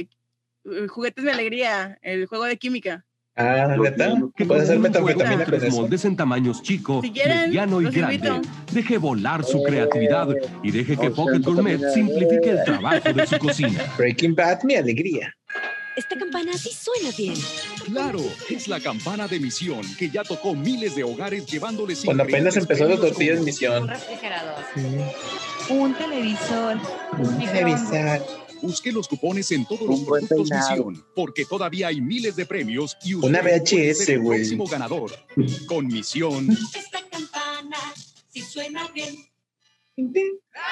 S3: eh, Juguetes de Alegría, el juego de química.
S2: Ah, ¿neta?
S24: Que
S2: Puedes hacer
S24: contiene un juego
S2: metanfetamina
S24: de
S2: con
S24: tres
S2: eso.
S24: moldes en tamaños chico,
S3: Si quieren,
S24: mediano y
S3: los
S24: grande.
S3: invito.
S24: Deje volar su creatividad y deje que
S2: Eh, o sea,
S24: Pocket Gourmet
S2: metanfetamina.
S24: simplifique el trabajo de su cocina.
S2: Breaking Bad, mi alegría.
S9: Esta campana sí suena bien.
S37: Claro, es la campana de misión que ya tocó miles de hogares llevándoles
S2: Cuando apenas
S37: increíbles
S2: empezó las
S37: premios
S2: tortillas
S37: como-
S2: misión.
S9: refrigerador. Un televisor.
S37: Busque los cupones en todos los productos Misión, porque todavía hay miles de premios y usted
S2: Una
S37: puede
S2: VHS,
S37: ser el
S2: güey.
S37: próximo ganador. Con Misión,
S9: Esta campana sí suena bien.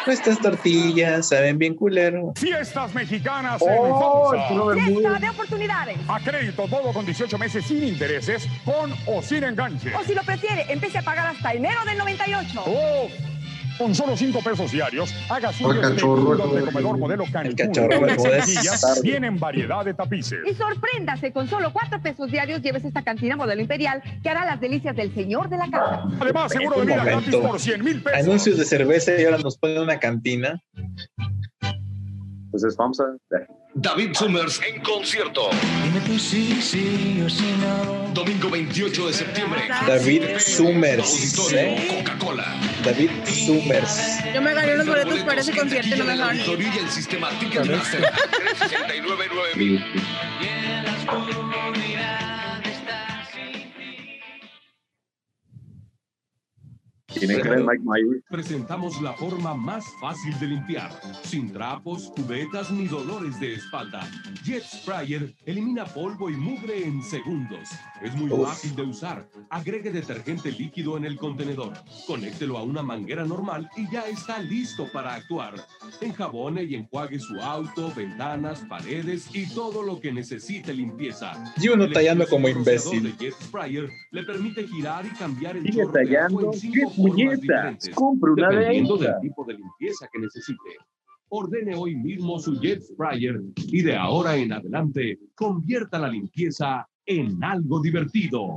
S2: Nuestras tortillas saben bien culero.
S38: Fiestas mexicanas
S2: Oh,
S38: en FAMSA.
S2: el club
S38: Fiesta de oportunidades. A crédito todo con 18 meses sin intereses, con o sin enganche.
S39: O si lo prefiere, empiece a pagar hasta enero del 98.
S38: O con solo 5 pesos diarios, haga su
S7: El cachorro,
S38: de
S7: el-
S38: comedor modelo Cancún.
S7: cachorro, el-
S38: Las
S7: el-
S38: tortillas tienen variedad de tapices.
S39: Y sorpréndase, con solo 4 pesos diarios lleves esta cantina modelo imperial que hará las delicias del señor de la casa.
S38: Además, seguro de
S2: Un
S38: vida gratis
S2: momento.
S38: por 100 mil pesos.
S2: Anuncios de cerveza y ahora nos ponen una cantina.
S1: Pues es FAMSA.
S37: David Summers en concierto. Domingo 28 de septiembre.
S2: David Summers.
S37: Auditorio
S2: ¿eh?
S37: Coca-Cola.
S2: David Summers.
S3: Yo me gané unos boletos para
S37: pues,
S3: ese concierto y no me dejaron ir.
S37: Auditorio y el sistema Ticketmaster. 369
S1: Tiene que ver Mike Myers.
S24: Presentamos la forma más fácil de limpiar, sin trapos, cubetas ni dolores de espalda. Jet Sprayer elimina polvo y mugre en segundos. Es muy
S2: Uf.
S24: fácil de usar. Agregue detergente líquido en el contenedor. Conéctelo a una manguera normal y ya está listo para actuar. Enjabone y enjuague su auto, ventanas, paredes y todo lo que necesite limpieza.
S2: Y uno
S24: El
S2: tallando como
S24: electroprocesador
S2: imbécil.
S24: de Jet Sprayer le permite girar y cambiar el
S1: Sigue
S24: chorro de agua
S1: tallando.
S24: en
S1: ¡Qué
S24: cinco formas
S1: puñetas!
S24: diferentes,
S1: ¡Compra una de
S24: dependiendo
S1: ellas!
S24: del tipo de limpieza que necesite. Ordene hoy mismo su Jet Sprayer y de ahora en adelante convierta la limpieza en algo divertido.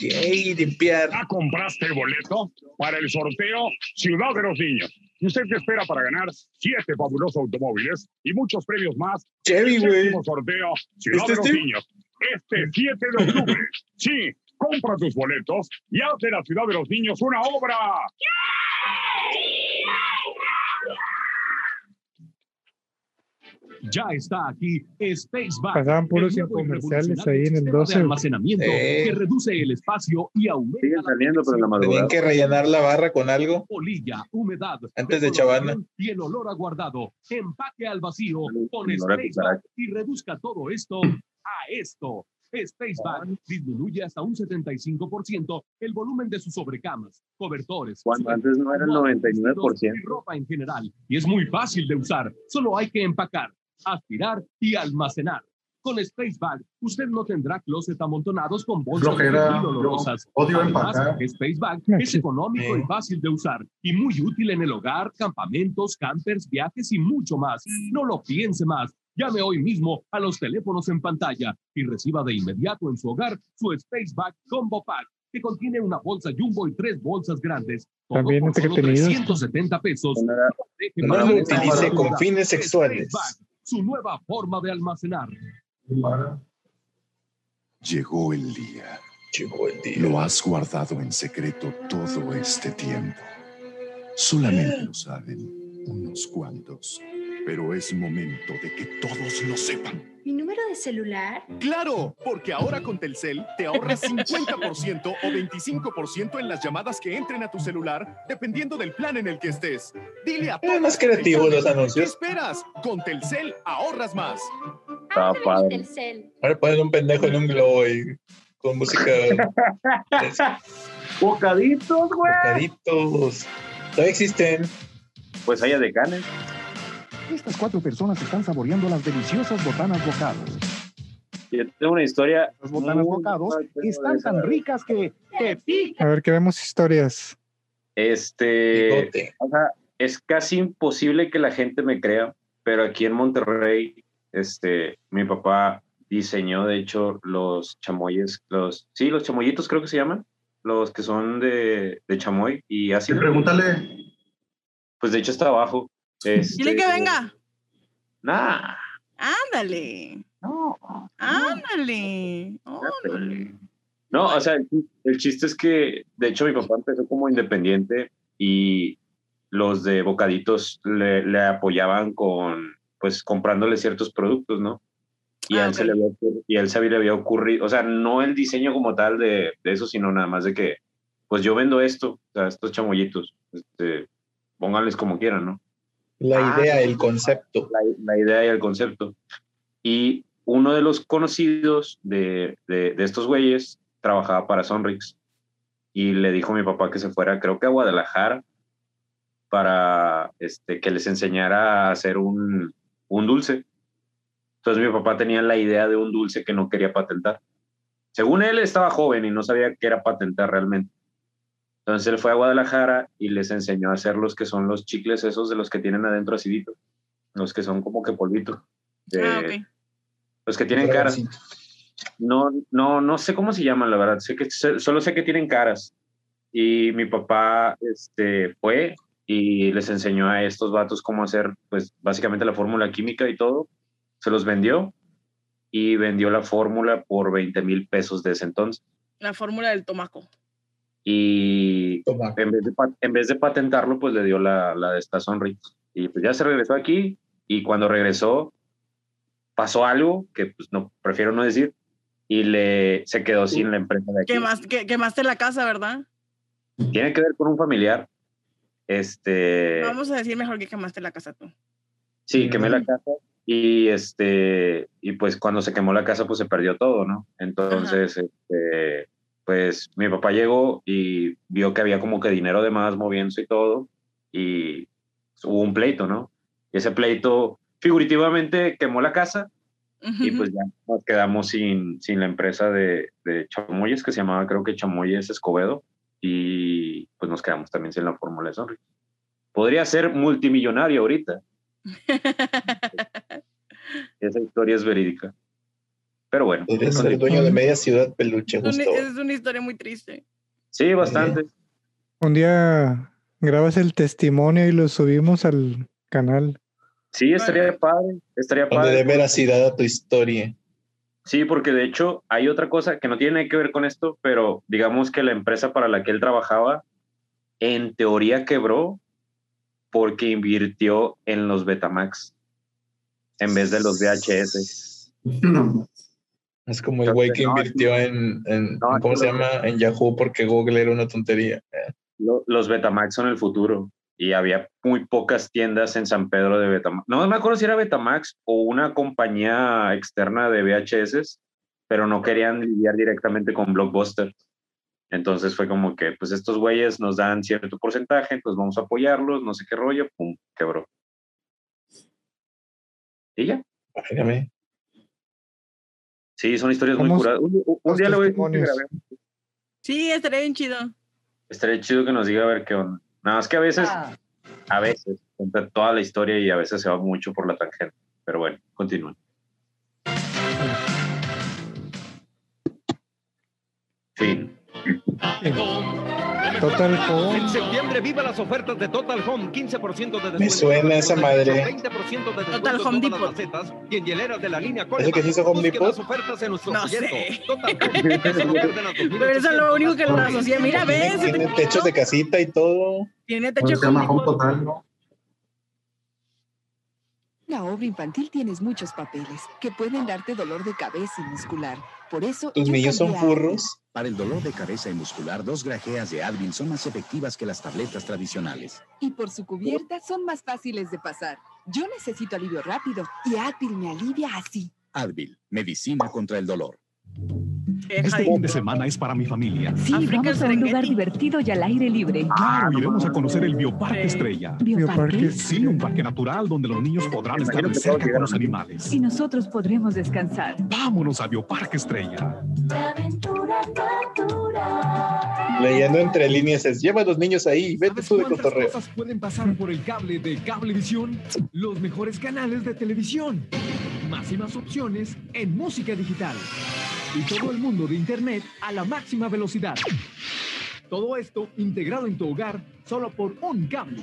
S2: Yay, limpiar.
S38: Ya compraste boleto para el sorteo Ciudad de los Niños. ¿Y usted qué espera para ganar siete fabulosos automóviles y muchos premios más?
S2: Chevy,
S38: El
S2: güey.
S38: séptimo sorteo Ciudad
S2: ¿Este
S38: de los
S2: Steve?
S38: Niños. Este 7 de octubre. Sí, compra tus boletos y haz de la Ciudad de los Niños una obra.
S24: Ya está aquí Space Bar.
S4: Pasaban puros
S24: el nuevo y
S4: infomerciales
S24: revolucionario
S4: ahí en el
S24: sistema de
S4: 12.
S24: almacenamiento
S2: Eh.
S24: que reduce el espacio y aumenta
S1: Siguen saliendo, pero en la madrugada.
S2: Tenían que rellenar la barra con algo
S24: polilla, humedad,
S2: antes de chavana.
S24: coloración y el olor aguardado. Empaque al vacío con
S1: olor a
S24: Space
S1: cucaracha.
S24: Bar y reduzca todo esto a esto. Space Bar disminuye hasta un 75% el volumen de sus sobrecamas, cobertores,
S1: Cuando antes no era el
S24: almohadas, vestidos
S1: 99%.
S24: y ropa en general. Y es muy fácil de usar. Solo hay que empacar, aspirar y almacenar. Con Space Bag, usted no tendrá closets amontonados con bolsas de
S7: Flojera,
S24: vinilo
S7: yo
S24: olorosas.
S7: odio
S24: Además,
S7: empacar.
S24: Space Bag
S4: Ah,
S24: es
S4: sí.
S24: económico y fácil de usar y muy útil en el hogar, campamentos, campers, viajes y mucho más. No lo piense más. Llame hoy mismo a los teléfonos en pantalla y reciba de inmediato en su hogar su Space Bag Combo Pack que contiene una bolsa jumbo y tres bolsas grandes. Todo
S4: También este
S24: por solo
S4: entretenidos.
S24: 370 pesos.
S1: No era-
S24: Deje
S2: No
S24: para
S2: lo
S24: una
S2: utilice
S24: basura.
S2: con fines
S24: Space
S2: sexuales.
S24: Bag, Su nueva forma de almacenar.
S35: Llegó el día.
S2: Llegó el día.
S35: Lo has guardado en secreto todo este tiempo. Solamente lo saben unos cuantos. Pero es momento de que todos lo sepan.
S9: ¿Mi número de celular?
S40: Claro, porque ahora con Telcel te ahorras 50% o 25% en las llamadas que entren a tu celular, dependiendo del plan en el que estés. Dile a
S2: Eran más creativos los
S40: ¿Qué
S2: anuncios.
S40: esperas? Con Telcel ahorras más.
S1: Está Ah, padre.
S9: Telcel.
S2: Ahora ponen un pendejo en un globo y con música
S1: Bocaditos, güey.
S2: bocaditos. Todavía existen.
S1: Pues haya de canes.
S37: Estas cuatro personas están saboreando las deliciosas botanas bocados.
S1: Yo tengo una historia.
S37: Las botanas
S1: muy
S37: bocados
S1: padre de
S37: están
S1: esa.
S37: tan ricas que te pican.
S4: A ver, queremos historias.
S1: Este.
S2: Bigote.
S1: O sea, es casi imposible que la gente me crea, pero aquí en Monterrey, este, mi papá diseñó, de hecho, los chamoyes, los, sí, los chamoyitos creo que se llaman, los que son de, de chamoy y así.
S7: Sí, pregúntale.
S1: Pues de hecho está abajo. Este,
S3: Dile que venga.
S1: Nah,
S3: Ándale.
S1: no.
S3: Ándale. Ándale.
S1: No, o sea, el chi- el chiste es que, de hecho, mi papá empezó como independiente y los de Bocaditos le, le apoyaban con, pues, comprándole ciertos productos, ¿no? Y,
S3: Ah,
S1: a él se
S3: ok.
S1: le había ocurri- y a él se le había ocurrido, o sea, no el diseño como tal de, de eso, sino nada más de que, pues yo vendo esto, o sea, estos chamollitos, este, pónganles como quieran, ¿no?
S2: La
S1: Ah.
S2: idea, el concepto.
S1: la, la idea y el concepto. Y uno de los conocidos de, de- de estos güeyes trabajaba para Sonrix y le dijo a mi papá que se fuera, creo que a Guadalajara, para este, que les enseñara a hacer un, un dulce. Entonces mi papá tenía la idea de un dulce que no quería patentar. Según él, estaba joven y no sabía qué era patentar realmente. Entonces él fue a Guadalajara y les enseñó a hacer los que son los chicles esos de los que tienen adentro acidito los que son como que polvito, de-
S3: Ah, ok.
S1: los que tienen caras. No, no, no sé cómo se llaman, la verdad. Sé que se- solo sé que tienen caras. Y mi papá, este, fue y les enseñó a estos vatos cómo hacer, pues, básicamente la fórmula química y todo. se los vendió y vendió la fórmula por 20 mil pesos de ese entonces.
S3: La fórmula del tomaco.
S1: Y en vez, de, pat- en vez de patentarlo, pues le dio la, la de esta sonrisa. Y pues ya se regresó aquí y cuando regresó pasó algo que pues no, prefiero no decir y le, se quedó sin la empresa de aquí.
S3: Quemaste, que- quemaste la casa, ¿verdad?
S1: Tiene que ver con un familiar. Este,
S3: Vamos a decir mejor que quemaste la casa tú.
S1: sí, quemé la casa y este, y pues cuando se quemó la casa, pues se perdió todo, ¿no? Entonces, este, pues mi papá llegó y vio que había como que dinero de más moviéndose y todo y hubo un pleito, ¿no? Y ese pleito figurativamente quemó la casa y pues ya nos quedamos sin, sin la empresa de, de Chamoyes, que se llamaba creo que Chamoyes Escobedo, y pues nos quedamos también sin la fórmula de Sonrix. Podría ser multimillonario ahorita. Esa historia es verídica. Pero bueno.
S2: Eres el dueño de media ciudad peluche,
S3: Es una-
S2: justo.
S3: es una historia muy triste.
S1: Sí, bastante.
S4: Un día grabas el testimonio y lo subimos al canal.
S1: Sí, estaría padre. Estaría
S2: Donde
S1: padre.
S2: dé veracidad a tu historia.
S1: Sí, porque de hecho hay otra cosa que no tiene nada que ver con esto, pero digamos que la empresa para la que él trabajaba en teoría quebró porque invirtió en los Betamax en vez de los VHS.
S2: Es como el güey que invirtió en, en- ¿cómo se llama? En Yahoo porque Google era una tontería.
S1: Lo- Los Betamax son el futuro y había muy pocas tiendas en San Pedro de Betamax. No me acuerdo si era Betamax o una compañía externa de VHS, pero no querían lidiar directamente con Blockbuster. Entonces fue como que, pues estos güeyes nos dan cierto porcentaje, entonces vamos a apoyarlos, no sé qué rollo, pum, quebró. ¿Y ya?
S2: Válgame.
S1: Sí, son historias muy
S2: Vamos-
S1: curadas. Un, un- un día le voy a decir que
S2: testimonios.
S1: grabemos.
S3: Sí, estaría bien chido.
S1: Estaría chido que nos diga a ver qué onda. Nada más que a veces, a veces, cuenta toda la historia y a veces se va mucho por la tangente. Pero bueno, continúen. Fin.
S4: Total
S12: En septiembre viva las ofertas de Total Home, 15% de descuento.
S2: Me suena esa madre.
S12: 20% de
S3: Total Home Depot.
S12: y en hieleras de la línea
S2: ¿Es el que se hizo Home Depot?
S12: Las ofertas en nuestro
S3: No
S12: folleto.
S3: sé.
S12: Total Home, es el lugar de las 2800
S3: Pero eso es lo único que lo
S12: marcas.
S3: asocié. Mira, ves,
S2: Tiene techos de casita y todo.
S3: tiene
S41: Pues Se
S3: techo
S41: llama Home
S3: cómico.
S41: Total, ¿no?
S10: La obra infantil tienes muchos papeles que pueden darte dolor de cabeza y muscular. Por eso. yo cambié a-
S13: Para el dolor de cabeza y muscular, dos grajeas de Advil son más efectivas que las tabletas tradicionales.
S10: Y por su cubierta son más fáciles de pasar. Yo necesito alivio rápido y Advil me alivia así.
S13: Advil, medicina contra el dolor.
S10: Este fin de
S13: semana es para mi familia. Ah,
S42: Sí, vamos a un lugar divertido y al aire libre.
S13: Claro,
S10: Ah,
S42: iremos
S13: a conocer el Bioparque
S42: Estrella.
S13: Bioparque.
S42: ¿Bioparque?
S13: Sí, un parque natural donde los niños podrán
S42: Imagino
S13: estar de
S42: que
S13: cerca
S42: todos
S13: con los animales.
S42: Y nosotros podremos descansar.
S13: Vámonos a Bioparque Estrella.
S2: Leyendo entre líneas es, lleva a los niños ahí, vete tú de
S6: ¿Cuántas
S2: cotorreo.
S6: cosas pueden pasar por el cable de Cablevisión? Los mejores canales de televisión. Más y más opciones en música digital. Y todo el mundo de Internet a la máxima velocidad. Todo esto integrado en tu hogar solo por un cable.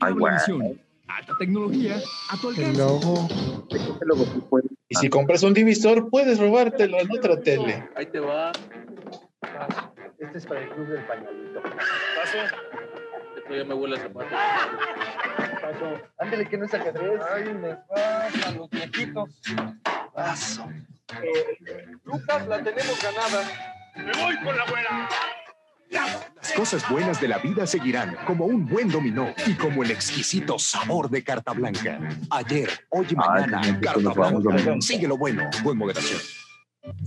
S6: Cablevisión. Alta tecnología a tu alcance.
S2: Y si compras un divisor, puedes robártelo en otra tele.
S11: Ahí te va. Este es para el club del pañalito. Paso. Esto ya me huele a zapato. Paso. Ándale, que no es ajedrez. Ay, me pasa, los viejitos. Paso. Lucas, la tenemos ganada. ¡Me voy con la abuela!
S43: Las cosas buenas de la vida seguirán, como un buen dominó y como el exquisito sabor de carta blanca. Ayer, hoy y mañana, carta blanca. Sigue lo bueno, con moderación.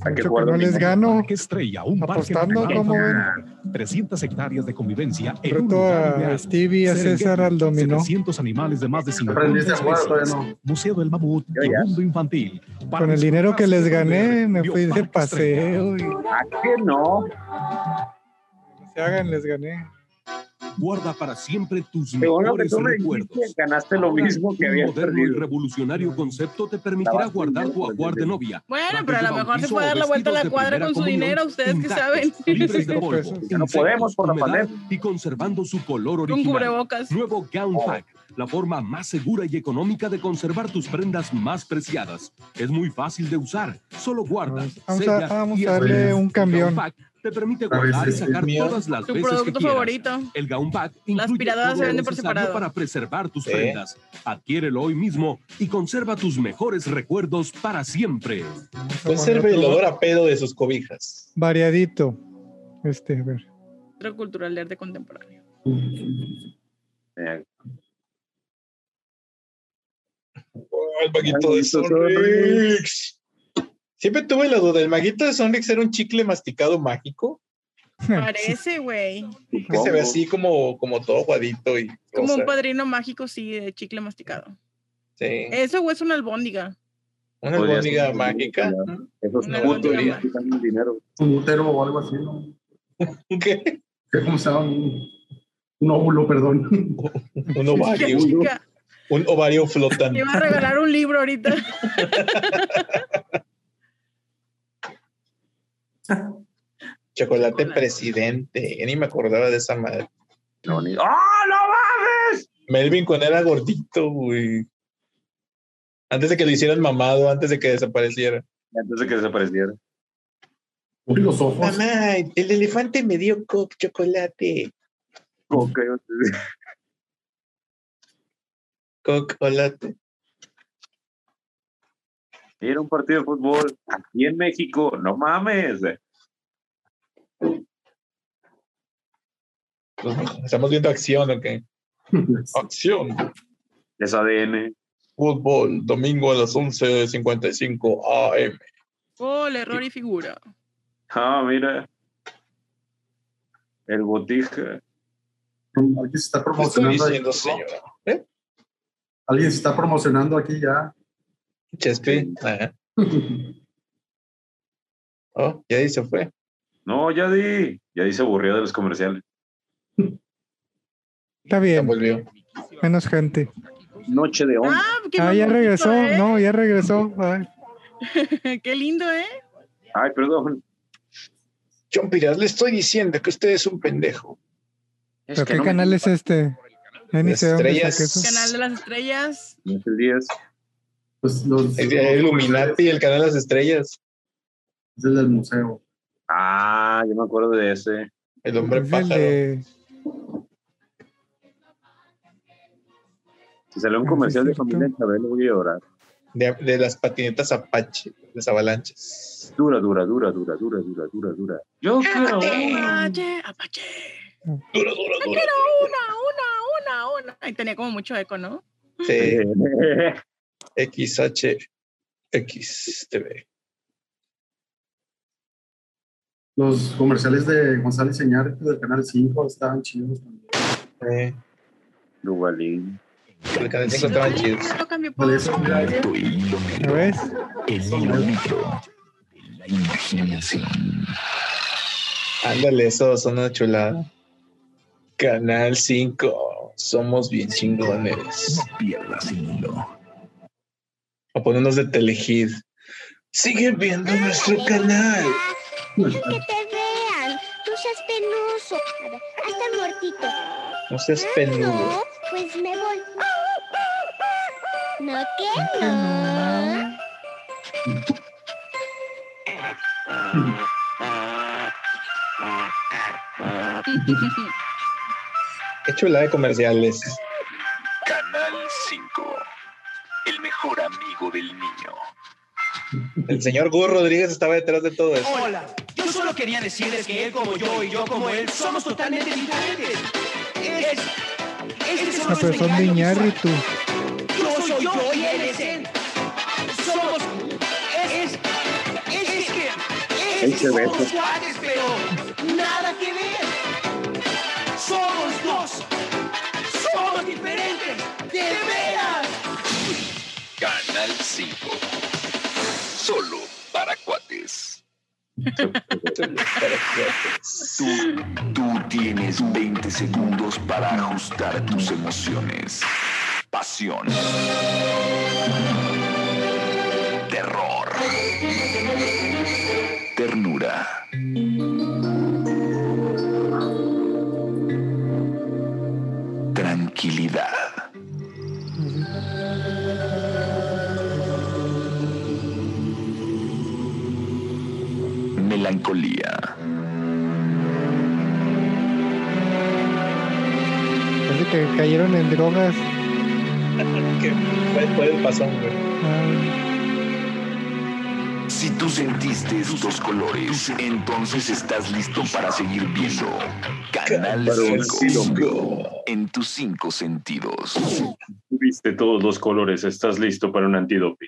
S4: Mucho que no les gano.
S6: Estrella, un parque
S4: Apostando,
S6: natural.
S4: ¿cómo ven?
S6: 300 hectáreas de convivencia en un
S4: Reto
S6: lugar
S4: a
S6: ideal.
S4: Stevie y a
S6: Serengeti,
S4: César al dominó.
S6: 700 animales de más de 50
S4: Aprendiste a jugar,
S6: especies.
S4: todavía
S6: Museo del Mamut y el Mundo Infantil.
S4: Con el dinero que les gané, me fui de paseo. Y...
S1: ¿A qué no?
S4: Se hagan, les gané.
S24: Guarda para siempre tus
S1: Según lo que
S24: mejores
S1: tú me
S24: recuerdos.
S1: dijiste, ganaste lo
S24: Ahora,
S1: mismo que
S24: un
S1: habías
S24: moderno
S1: perdido.
S24: y revolucionario concepto te permitirá
S1: Estabas
S24: guardar tu
S1: perdido,
S24: aguar de novia.
S3: Bueno,
S24: trajes
S3: pero a
S24: de
S3: lo mejor se
S24: bautizo
S3: puede
S24: o
S3: dar la vuelta a la
S24: vestidos de
S3: cuadra
S24: primera
S3: con su
S24: comunión,
S3: dinero, ustedes que
S24: intactos,
S3: saben.
S24: libres de polvo,
S1: Ya no
S24: insectos,
S1: podemos por la
S24: humedad
S1: pandemia.
S24: y conservando su color
S3: Con
S24: original.
S3: cubrebocas.
S24: Nuevo Gown Pack, la forma más segura y económica de conservar tus prendas más preciadas. Es muy fácil de usar, solo guarda,
S4: Vamos a-
S24: sella
S4: vamos
S24: y
S4: a darle
S24: envuelve.
S4: un
S24: Gown
S4: cambión.
S24: Pack te permite
S4: A veces
S24: guardar y
S4: es
S24: sacar
S4: mío.
S24: todas las
S3: Tu
S24: veces que
S3: producto
S24: quieras.
S3: favorito.
S24: El Gaun Pack incluye
S3: aspiradora
S24: todo
S3: se
S24: lo
S3: vende por
S24: necesario
S3: separado.
S24: para preservar tus
S2: Sí.
S24: prendas. Adquiérelo hoy mismo y conserva tus mejores recuerdos para siempre.
S2: Pues el velador a pedo de sus cobijas.
S4: Variadito. Este, a ver.
S3: Centro Cultural de Arte Contemporáneo.
S2: El maguito de Sonrix. Siempre tuve la duda. ¿El maguito de Sonrix era un chicle masticado mágico?
S3: Parece, güey.
S2: Que se ve así como, como todo aguadito y
S3: Como
S2: rosa.
S3: un padrino mágico, sí, de chicle masticado.
S2: Sí.
S3: Eso, güey, es una albóndiga.
S2: Una
S1: Podría
S2: albóndiga
S1: ser.
S2: mágica.
S1: Eso
S3: Una
S1: es
S3: albóndiga
S1: mutuo, quitan el dinero.
S7: Un termo o algo así, ¿no?
S2: ¿Qué?
S7: ¿Cómo se llama? Un, un óvulo, perdón.
S2: Un
S3: Qué
S2: ovario.
S3: chica.
S2: Un ovario
S3: Te
S2: flotante.
S3: iba a regalar un libro ahorita.
S2: Chocolate presidente. Ya ni me acordaba de esa madre.
S1: No, ni- ¡Ah, no mames!
S2: Melvin cuando era gordito, güey. Antes de que lo hicieran mamado, antes de que desapareciera.
S1: Antes de que desapareciera.
S7: Uy, los ojos.
S2: Mamá, el elefante me dio cop chocolate.
S1: Ok,
S2: Chocolate.
S1: Era un partido de fútbol aquí en México, no mames.
S2: Pues, Estamos viendo acción, ¿ok?
S7: Pues,
S2: Acción.
S1: Es ADN.
S2: Fútbol, domingo a las 11.55 AM.
S3: Gol, Oh, error y figura.
S1: Ah, mira. El botija.
S7: Aquí se está
S2: ¿Qué estoy
S7: promocionando.
S2: diciendo, señora?
S7: Alguien se está promocionando aquí ya.
S2: Chespi. Ajá. Oh, ya ahí se fue.
S1: No, ya di. Ya di se aburrió de los comerciales.
S4: Está
S2: Ya
S4: bien.
S2: volvió.
S4: Menos gente.
S1: Noche de onda.
S3: Ah, qué
S4: Ah, ya
S3: mamoncito,
S4: regresó.
S3: ¿eh?
S4: No, ya regresó. Ay,
S3: qué lindo, ¿eh?
S1: Ay, perdón.
S2: Chompiras, le estoy diciendo que usted es un pendejo.
S4: ¿Pero qué canal es este? Ya ni sé dónde saqué eso.
S3: Canal de las Estrellas.
S1: No es el 10.
S7: Pues los,
S2: El, el Illuminati, el canal de las estrellas.
S7: es el del museo.
S1: Ah, yo me acuerdo de ese.
S2: El hombre
S4: Es el
S2: pájaro.
S4: de-
S1: Si salió un
S4: Ah, sí,
S1: comercial de
S4: cierto.
S1: familia Chabelo, voy a llorar.
S2: De, de las patinetas Apache, las avalanchas.
S1: Dura, dura, dura, dura, dura, dura, dura, dura. Yo quiero una.
S3: Apache, Apache.
S2: Duro, duro,
S3: Yo
S2: duro.
S3: quiero una, una, una, una. Ay, tenía como mucho eco, ¿no?
S2: Sí, XH, XTV.
S7: Los comerciales de González Señarte del Canal 5 estaban chidos también.
S2: Eh,
S1: Dubalín.
S2: el canal 5 estaban chidos.
S3: Yo cambié por
S7: Por eso, mira, eh. es-
S4: ¿Lo ves?
S2: Ándale, eso son una chulada. Canal 5, somos bien chingones.
S35: Pierdas el hilo.
S2: O ponernos de Telehit. Sigue viendo
S7: ¿Eh?
S2: nuestro canal.
S9: Deja que te vean. Tú seas penoso. A ver, hasta muertito.
S2: No seas peludo.
S9: No, pues me voy. No, que no.
S2: Qué chulada de comerciales.
S35: Canal 5. El mejor amigo del niño.
S2: El señor Gus Rodríguez estaba detrás de todo eso.
S6: Hola, yo solo quería decirles que él como yo y yo como él somos totalmente diferentes. Es, este
S4: Ah,
S6: solo
S4: pero
S6: es un
S4: son de
S6: engaño
S4: Iñárritu.
S6: visual. Yo soy yo y él es él. Somos, es, es, es que, es
S1: Ahí
S6: que
S1: se ve
S6: somos
S1: eso.
S6: iguales, pero nada que ver. Somos dos, somos diferentes, de veras.
S35: Canal 5. Solo para cuates.
S13: Tú, tú tienes 20 segundos para ajustar tus emociones. Pasión. Terror. Ternura. Tranquilidad. Melancolía.
S4: Parece que cayeron en drogas.
S2: que fue, fue el pasón, güey.
S4: Ah,
S13: Si tú sentiste estos colores, entonces estás listo para seguir viendo Canal
S1: Canal
S13: 5 en tus cinco sentidos.
S1: Viste todos los colores, estás listo para un antídope.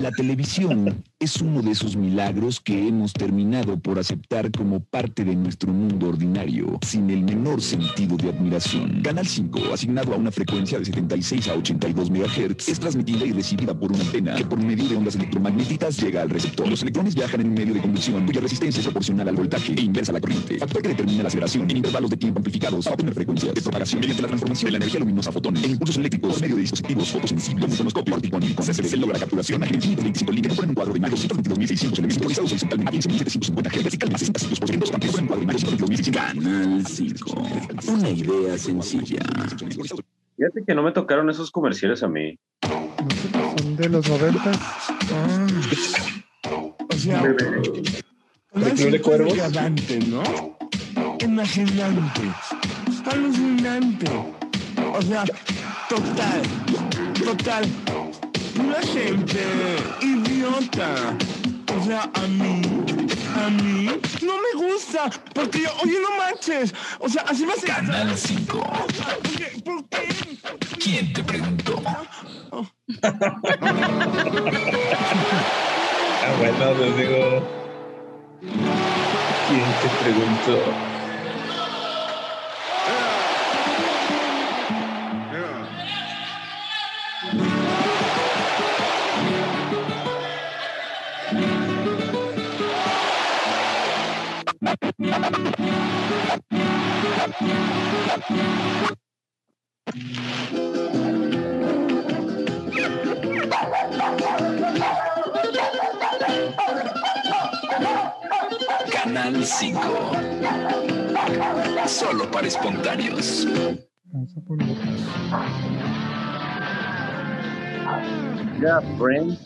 S13: La televisión es uno de esos milagros que hemos terminado por aceptar como parte de nuestro mundo ordinario, sin el menor sentido de admiración. Canal 5, asignado a una frecuencia de 76 a 82 MHz, es transmitida y recibida por una antena que por medio de ondas electromagnéticas llega al receptor. Los electrones viajan en un medio de conducción cuya resistencia es proporcional al voltaje e inversa a la corriente, factor que determina la aceleración en intervalos de tiempo amplificados a obtener frecuencias de propagación mediante la transformación de la energía luminosa a fotones en impulsos eléctricos por medio de dispositivos fotosensibles, un fonoscopio, articónico, se logra capturación a 25 líneas por un cuadro de imagen 222.600 elementos polarizados horizontalmente a 15.750 Hz y calma 60 por ciento ampliado por un cuadro de imagen 222.600 Canal 5. Una idea sencilla.
S1: Fíjate que no me tocaron esos comerciales a mí.
S4: Son de los 90. Ah,
S13: O sea,
S1: El Club de
S13: es
S1: Cuervos.
S13: Gigante, ¿no? Enajenante. Alucinante. O sea, total. Total. Pura gente idiota. O sea, a mí. A mí no me gusta. Porque yo, oye, no manches. O sea, así me hace. Canal 5. ¿Por qué? Oh. ¿Quién te preguntó?
S2: Ah, bueno, les digo. ¿Quién te preguntó?
S13: Canal 5. Solo para espontáneos.
S1: Ya, Friends.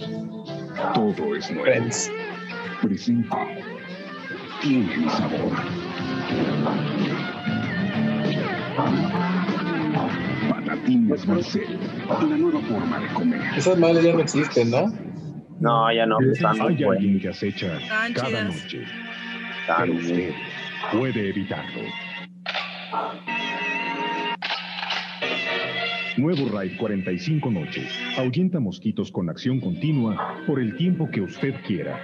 S13: Todo es nuevo. Presenta. Tiene sabor. Patatines Marcel. Una nueva forma de comer.
S2: Esas madres ya no existen, ¿no?
S1: No, ya no. Están
S2: Hay alguien
S1: que acecha
S3: Están cada chidas.
S1: noche. Pero usted
S13: puede evitarlo.
S44: Nuevo Raid 45 noches. Ahuyenta mosquitos con acción continua por el tiempo que usted quiera.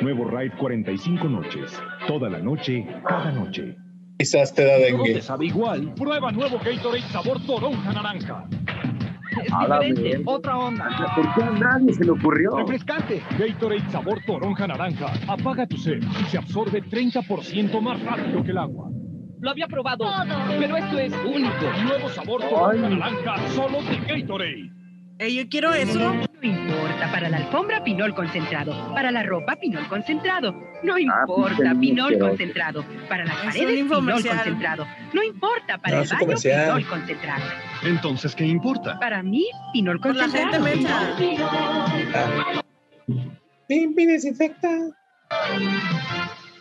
S44: Nuevo Raid 45 noches. Toda la noche, cada noche.
S2: Quizás te da dengue.
S44: sabe igual.
S6: Prueba nuevo Gatorade sabor toronja naranja.
S1: Ala, diferente, güey.
S6: otra onda.
S1: Ah, ¿Por qué a nadie se le ocurrió?
S6: Refrescante. Gatorade sabor toronja naranja. Apaga tu sed y se absorbe 30% más rápido que el agua.
S45: Lo había probado, pero esto es único.
S6: Nuevo sabor toronja naranja solo de Gatorade.
S3: Eh, yo quiero eso.
S10: No importa, para la alfombra pinol concentrado, para la ropa pinol concentrado, no
S3: Ah,
S10: importa,
S3: pinche
S10: pinol
S3: asqueroso.
S10: concentrado, para las
S3: pues, Es un
S10: paredes pinol
S3: infomercial.
S10: concentrado, no importa, para
S6: No,
S10: el
S6: es un
S10: baño
S6: comercial.
S10: pinol concentrado,
S6: Entonces, ¿qué importa?
S10: para mí pinol
S3: Por la gente
S10: concentrado.
S3: mensa.
S2: Pimpi desinfecta.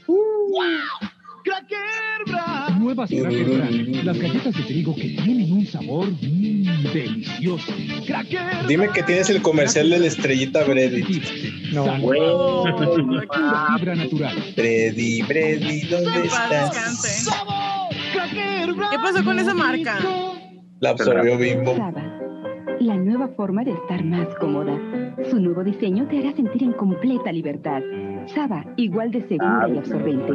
S2: Uh.
S12: Nuevas Cracker Brand, las galletas de trigo que tienen un sabor mm, delicioso. Cracker
S2: Dime que tienes el comercial de la estrellita Brady.
S12: Sal- pura fibra natural.
S2: Brady, Brady, ¿dónde estás?
S3: ¿Qué pasó con esa marca?
S2: La absorbió Bimbo.
S10: La nueva forma de estar más cómoda. Su nuevo diseño te hará sentir en completa libertad. Saba, igual de segura y absorbente.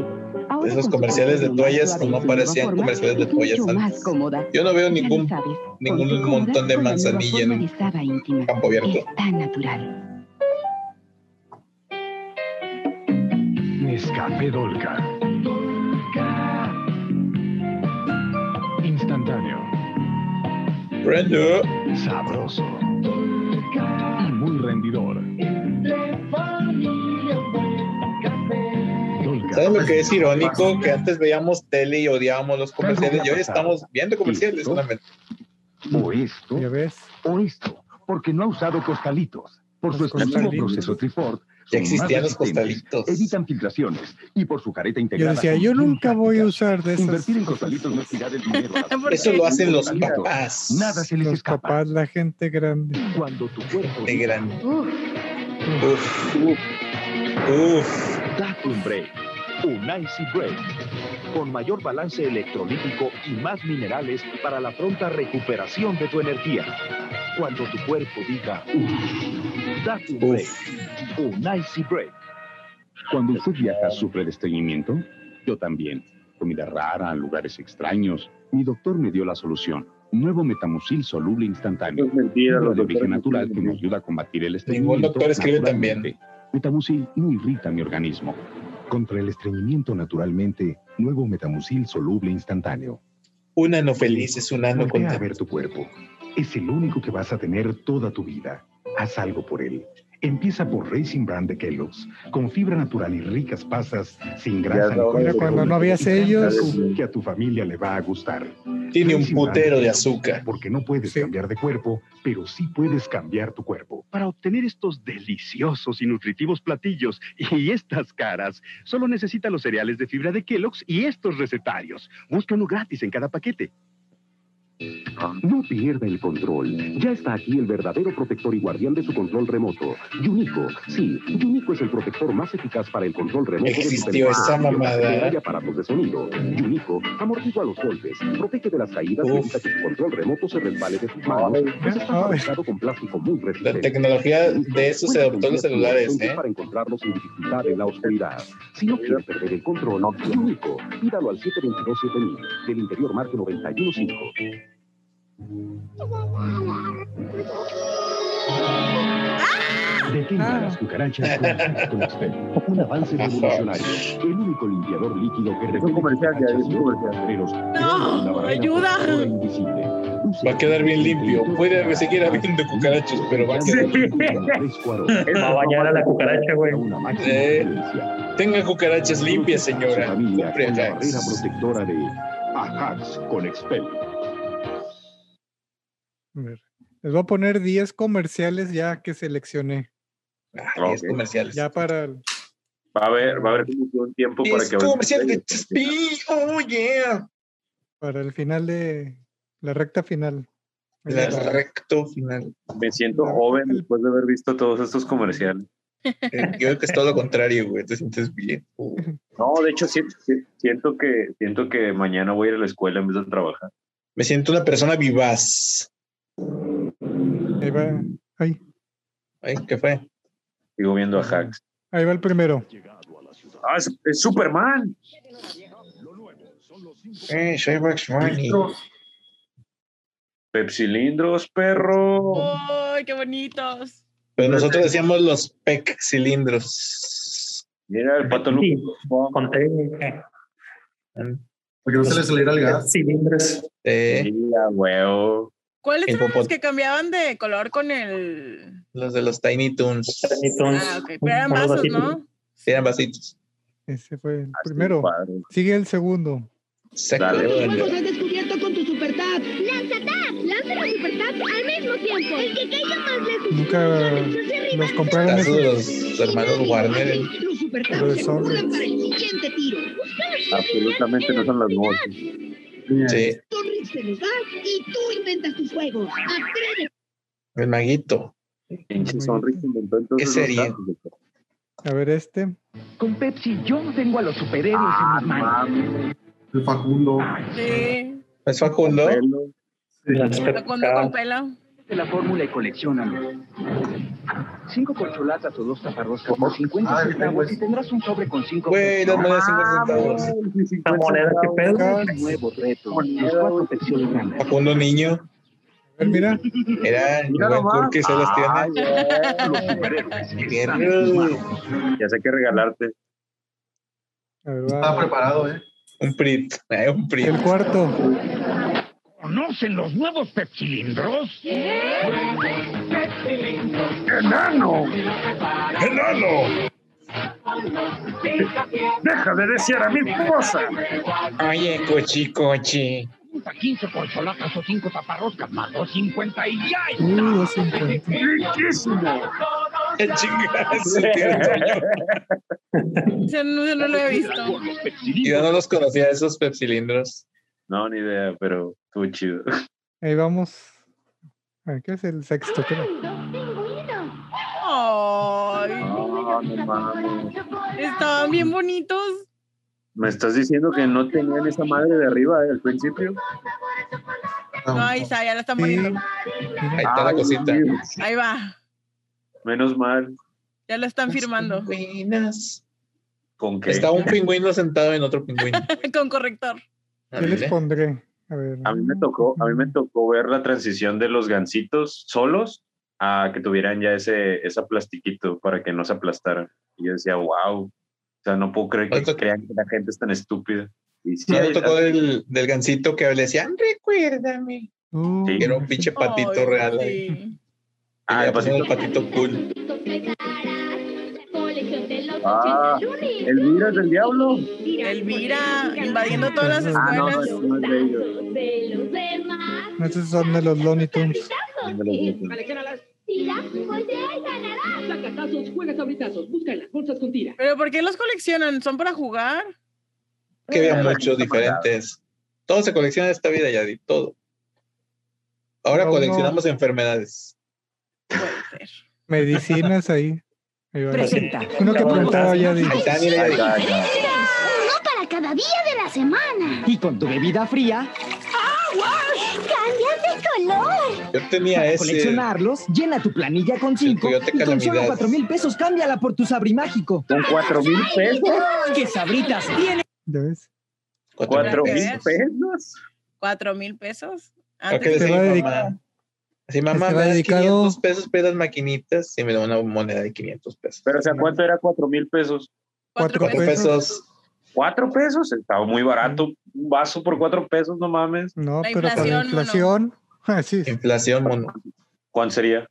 S10: Ahora
S2: Ah, Esos
S10: con su
S2: comerciales de
S10: contenido más
S2: toallas
S10: suave y
S2: no
S10: su nueva
S2: parecían
S10: forma,
S2: comerciales de
S10: es mucho
S2: toallas
S10: más
S2: antes.
S10: cómoda.
S2: Yo no veo
S10: Ya lo
S2: ningún-
S10: sabes,
S2: ningún
S10: ponte cómoda
S2: montón de
S10: con la nueva
S2: manzanilla
S10: forma
S2: en
S10: de Saba íntima.
S2: campo abierto.
S10: Es tan natural.
S12: Nestlé
S13: Café Dolca. Instantáneo.
S2: Brando.
S13: Sabroso. Y muy rendidor.
S2: ¿Sabes lo que es irónico? Que antes veíamos tele y odiábamos los comerciales y hoy estamos viendo comerciales solamente.
S13: O esto. O esto. Porque no ha usado costalitos. Por su exclusivo
S2: costalitos.
S13: proceso Triford.
S2: Ya
S13: son más
S2: existían los
S13: resistentes, Evitan filtraciones. Y por su careta
S4: Yo
S13: integrada.
S4: decía,
S13: con
S4: yo
S13: química
S4: nunca voy a usar de esas.
S13: Invertir en costalitos no es tirar el dinero. a la basura.
S2: Eso lo hacen los
S13: Costalitos,
S2: papás.
S13: Nada se les
S4: Los
S13: escapa.
S4: papás, la gente grande.
S13: Cuando tu cuerpo
S2: De grande.
S13: Uf.
S2: Uf.
S13: Date un break. Un Icy Break. Con mayor balance electrolítico y más minerales para la pronta recuperación de tu energía. Cuando tu cuerpo diga, "Uf", date un break. Un Icy Break. Cuando usted viaja, ¿sufre de estreñimiento? Yo también. Comida rara, lugares extraños. Mi doctor me dio la solución. Nuevo metamucil soluble instantáneo. Fibra de origen natural que me ayuda a combatir el estreñimiento.
S2: doctor escribe
S13: naturalmente. Metamucil no irrita mi organismo. Contra el estreñimiento naturalmente, nuevo metamucil soluble instantáneo.
S2: Un ano feliz es un ano
S13: Voltea a
S2: contento.
S13: ver tu cuerpo. Es el único que vas a tener toda tu vida. Haz algo por él. Empieza por Racing Brand de Kellogg's, con fibra natural y ricas pasas, sin grasa.
S2: es la hora de- Era cuando no había sellos.
S13: Que a tu familia le va a gustar.
S2: Tiene un
S13: Racing Brand
S2: putero de
S13: Kellogg's,
S2: azúcar.
S13: Porque no puedes cambiar de cuerpo, pero sí puedes cambiar tu cuerpo.
S46: Para obtener estos deliciosos y nutritivos platillos y estas caras, solo necesita los cereales de fibra de Kellogg's y estos recetarios. Busca uno gratis en cada paquete.
S13: No pierda el control. Ya está aquí el verdadero protector y guardián de su control remoto. Yunico. Sí, Yunico es el protector más eficaz para el control remoto. de tu
S2: Existió
S13: teléfono.
S2: esa
S13: Videocasetera
S2: mamada.
S13: y aparatos de sonido. Yunico amortigua los golpes, protege de las caídas y evita que su control remoto se resbale de sus manos. pues está fabricado con plástico muy resistente.
S2: La tecnología de eso se adoptó en los celulares, ¿eh?
S13: Para encontrarlos sin dificultad en la oscuridad. Si no quiere perder el control, Yunico, pídalo al 722-7000, del interior marque 915.
S2: Ah.
S13: Detenga las cucarachas con Lactol Expert, un avance revolucionario, el único limpiador líquido que repele cucarachas y otros bacterios, creando una barrera
S3: ayuda.
S13: protectora invisible. Use
S2: Va a quedar bien limpio. Puede seguir habiendo cucarachos, pero va a quedar
S13: Va a bañar a la cucaracha, güey.
S2: Eh, tenga cucarachas limpias, señora. Compre
S13: con la
S2: Ajax.
S13: barrera protectora de Ajax con Expel.
S4: A ver, Les voy a poner 10 comerciales ya que seleccioné.
S13: Ah,
S1: Ok.
S4: Ya para el-
S1: Va a haber, va a haber como un tiempo para
S4: Es
S1: que...
S4: comercial de
S2: Chespi, oh yeah.
S4: para el final de la recta final.
S2: La recto final.
S1: Me siento joven después de haber visto todos estos comerciales.
S2: Eh, Yo creo que es todo lo contrario, güey. Te sientes bien.
S1: No, de hecho, siento, siento que siento que mañana voy a ir a la escuela en vez de trabajar.
S2: Me siento una persona vivaz.
S4: Ahí va, ahí,
S2: Ay, ¿qué fue?
S1: Sigo viendo a Hacks.
S4: ahí va el primero.
S1: ¡Ah, es, es Superman!
S2: Eh, soy Bugs Bunny.
S1: Pepsilindros, perro.
S3: ¡Ay, qué bonitos!
S2: Pero Pues nosotros decíamos los PEC cilindros.
S1: Mira, el pato
S2: Luco.
S33: Conté.
S2: Porque no se le saliera el gas.
S33: Cilindros.
S2: Eh,
S1: Mira, huevo.
S3: ¿Cuáles
S2: El
S3: eran los
S2: popot-
S3: que cambiaban de color con el...?
S2: Los de los Tiny Toons.
S33: Tiny
S3: Ah, ok. Pero eran
S2: Unos
S3: vasos,
S2: vasitos.
S3: ¿no?
S2: Sí, eran vasitos.
S4: Ese fue el
S2: Ah,
S4: primero. Sigue el segundo.
S6: Juegos has descubierto con tu super tap.
S9: Lanza tap, lanza la super tap al mismo tiempo. El que caiga más lejos.
S4: Nunca los compraron
S2: Caso de
S4: esos.
S2: los hermanos Warner. ¿eh?
S9: Los super
S4: Pero de
S9: taps se
S4: Sonic.
S9: burlan para el siguiente tiro. Busca la
S1: Absolutamente no son las voces.
S2: Sí,
S9: Sonic se los da y tú inventas tus juegos. Atrévete.
S2: el maguito. ¿Qué sería?
S4: A ver este.
S6: Con Pepsi yo tengo a los superhéroes en mis manos.
S7: El Facundo.
S3: Sí.
S2: ¿Es Facundo?
S3: Facundo con pelo.
S33: De la fórmula y coleccionalo. Cinco corcholatas o dos taparroscas por 50 centavos y tendrás un sobre con cinco
S2: Güey, las monedas de 50 centavos.
S33: La Ah, moneda que Este pedo.
S2: Nuevo reto.
S33: Los cuatro pepsiolos grandes.
S2: Facundo niño.
S4: A ver, mira.
S2: Era el buen Turque se las
S1: Ah,
S2: tiene.
S1: Ya sé qué regalarte.
S7: Está preparado, ¿eh?
S2: Un PRIT. eh, un PRIT.
S4: El cuarto.
S6: ¿Conocen los nuevos pepsilindros? ¡Enano! ¡Enano! ¡Deja de decir a mi esposa!
S2: Oye, cochi, cochi.
S6: Junta 15 colcholatas o 5 taparroscas más 250 y ya está.
S4: Uh, 250.
S6: ¡Riquísimo!
S2: ¡Qué chingazo, tío Toño.
S3: Ese no, ese no lo he visto.
S2: Y yo no los conocía esos pepsilindros.
S1: No, ni idea, pero estuvo chido.
S4: Ahí vamos. A ver, ¿Qué es el sexto? creo?
S3: Ay,
S1: No, no mames.
S3: estaban bien bonitos.
S1: ¿Me estás diciendo que no tenían esa madre de arriba al principio?
S3: No, ahí está, ya la están poniendo.
S2: Ahí está la
S1: Ay,
S2: cosita.
S1: Dios.
S3: Ahí va,
S1: Menos mal.
S3: ya lo están firmando.
S1: ¿Con qué?
S2: Está un pingüino sentado en otro pingüino.
S3: Con corrector.
S4: ¿Qué les pondré? A ver.
S1: A mí me tocó, a mí me tocó ver la transición de los gansitos solos a que tuvieran ya ese, esa plastiquito para que no se aplastaran. Y yo decía, wow. O sea, no puedo creer que crean que la gente es tan estúpida. Y sí,
S2: No me
S1: hay-
S2: tocó del, del gancito que le decían, recuérdame.
S4: Uh.
S1: sí.
S2: Era un pinche patito
S3: Ay,
S2: real.
S3: sí.
S2: ahí.
S1: Ah, el
S2: Era
S1: pasito.
S2: un patito cool.
S1: Ah, Elvira es del diablo.
S3: Elvira invadiendo todas las
S1: Ah, no, no,
S3: escuelas.
S1: no es de ellos.
S4: Estos son de los Looney Tunes.
S39: Placatazos, juegas a britazos, busca en las bolsas con tira.
S3: Pero ¿por qué los coleccionan? ¿Son para jugar?
S2: Que había muchos diferentes. Todo se colecciona en esta vida, Yadi, todo. Ahora
S4: No, no.
S2: coleccionamos enfermedades.
S4: Medicinas ahí. Ahí va.
S2: Presenta.
S4: Uno que preguntaba ya.
S2: Ahí está, mira, Yadi.
S9: Uno para cada día de la semana.
S6: Y con tu bebida fría,
S9: ¡Cambian de color!
S2: Yo tenía
S6: para
S2: ese.
S6: coleccionarlos, llena tu planilla con 5
S2: Coyote
S6: y con solo
S2: Calamidad.
S6: 4 mil pesos cámbiala por tu sabri mágico.
S1: ¿Con cuatro mil pesos?
S6: ¡Qué sabritas tiene!
S4: ¿Ya ves?
S1: ¿Cuatro
S3: mil
S1: mil
S3: pesos.
S1: pesos?
S3: ¿Cuatro mil pesos?
S2: Lo que
S3: Antes
S4: Te
S2: decía
S4: va
S2: mi
S4: dedicado.
S2: mamá. Así, mamá,
S4: Te va
S2: me das
S4: dedicado.
S2: 500 pesos para las maquinitas y me da una moneda de 500 pesos.
S1: Pero, o sea, ¿cuánto era cuatro mil pesos?
S3: cuatro,
S2: Cuatro
S3: pesos.
S2: pesos.
S1: ¿Cuatro pesos? Estaba muy barato. Un vaso por cuatro pesos, no mames.
S4: No,
S3: La
S4: pero para
S3: inflación,
S4: la inflación. Así es.
S2: Inflación, mono.
S1: ¿Cuánto sería?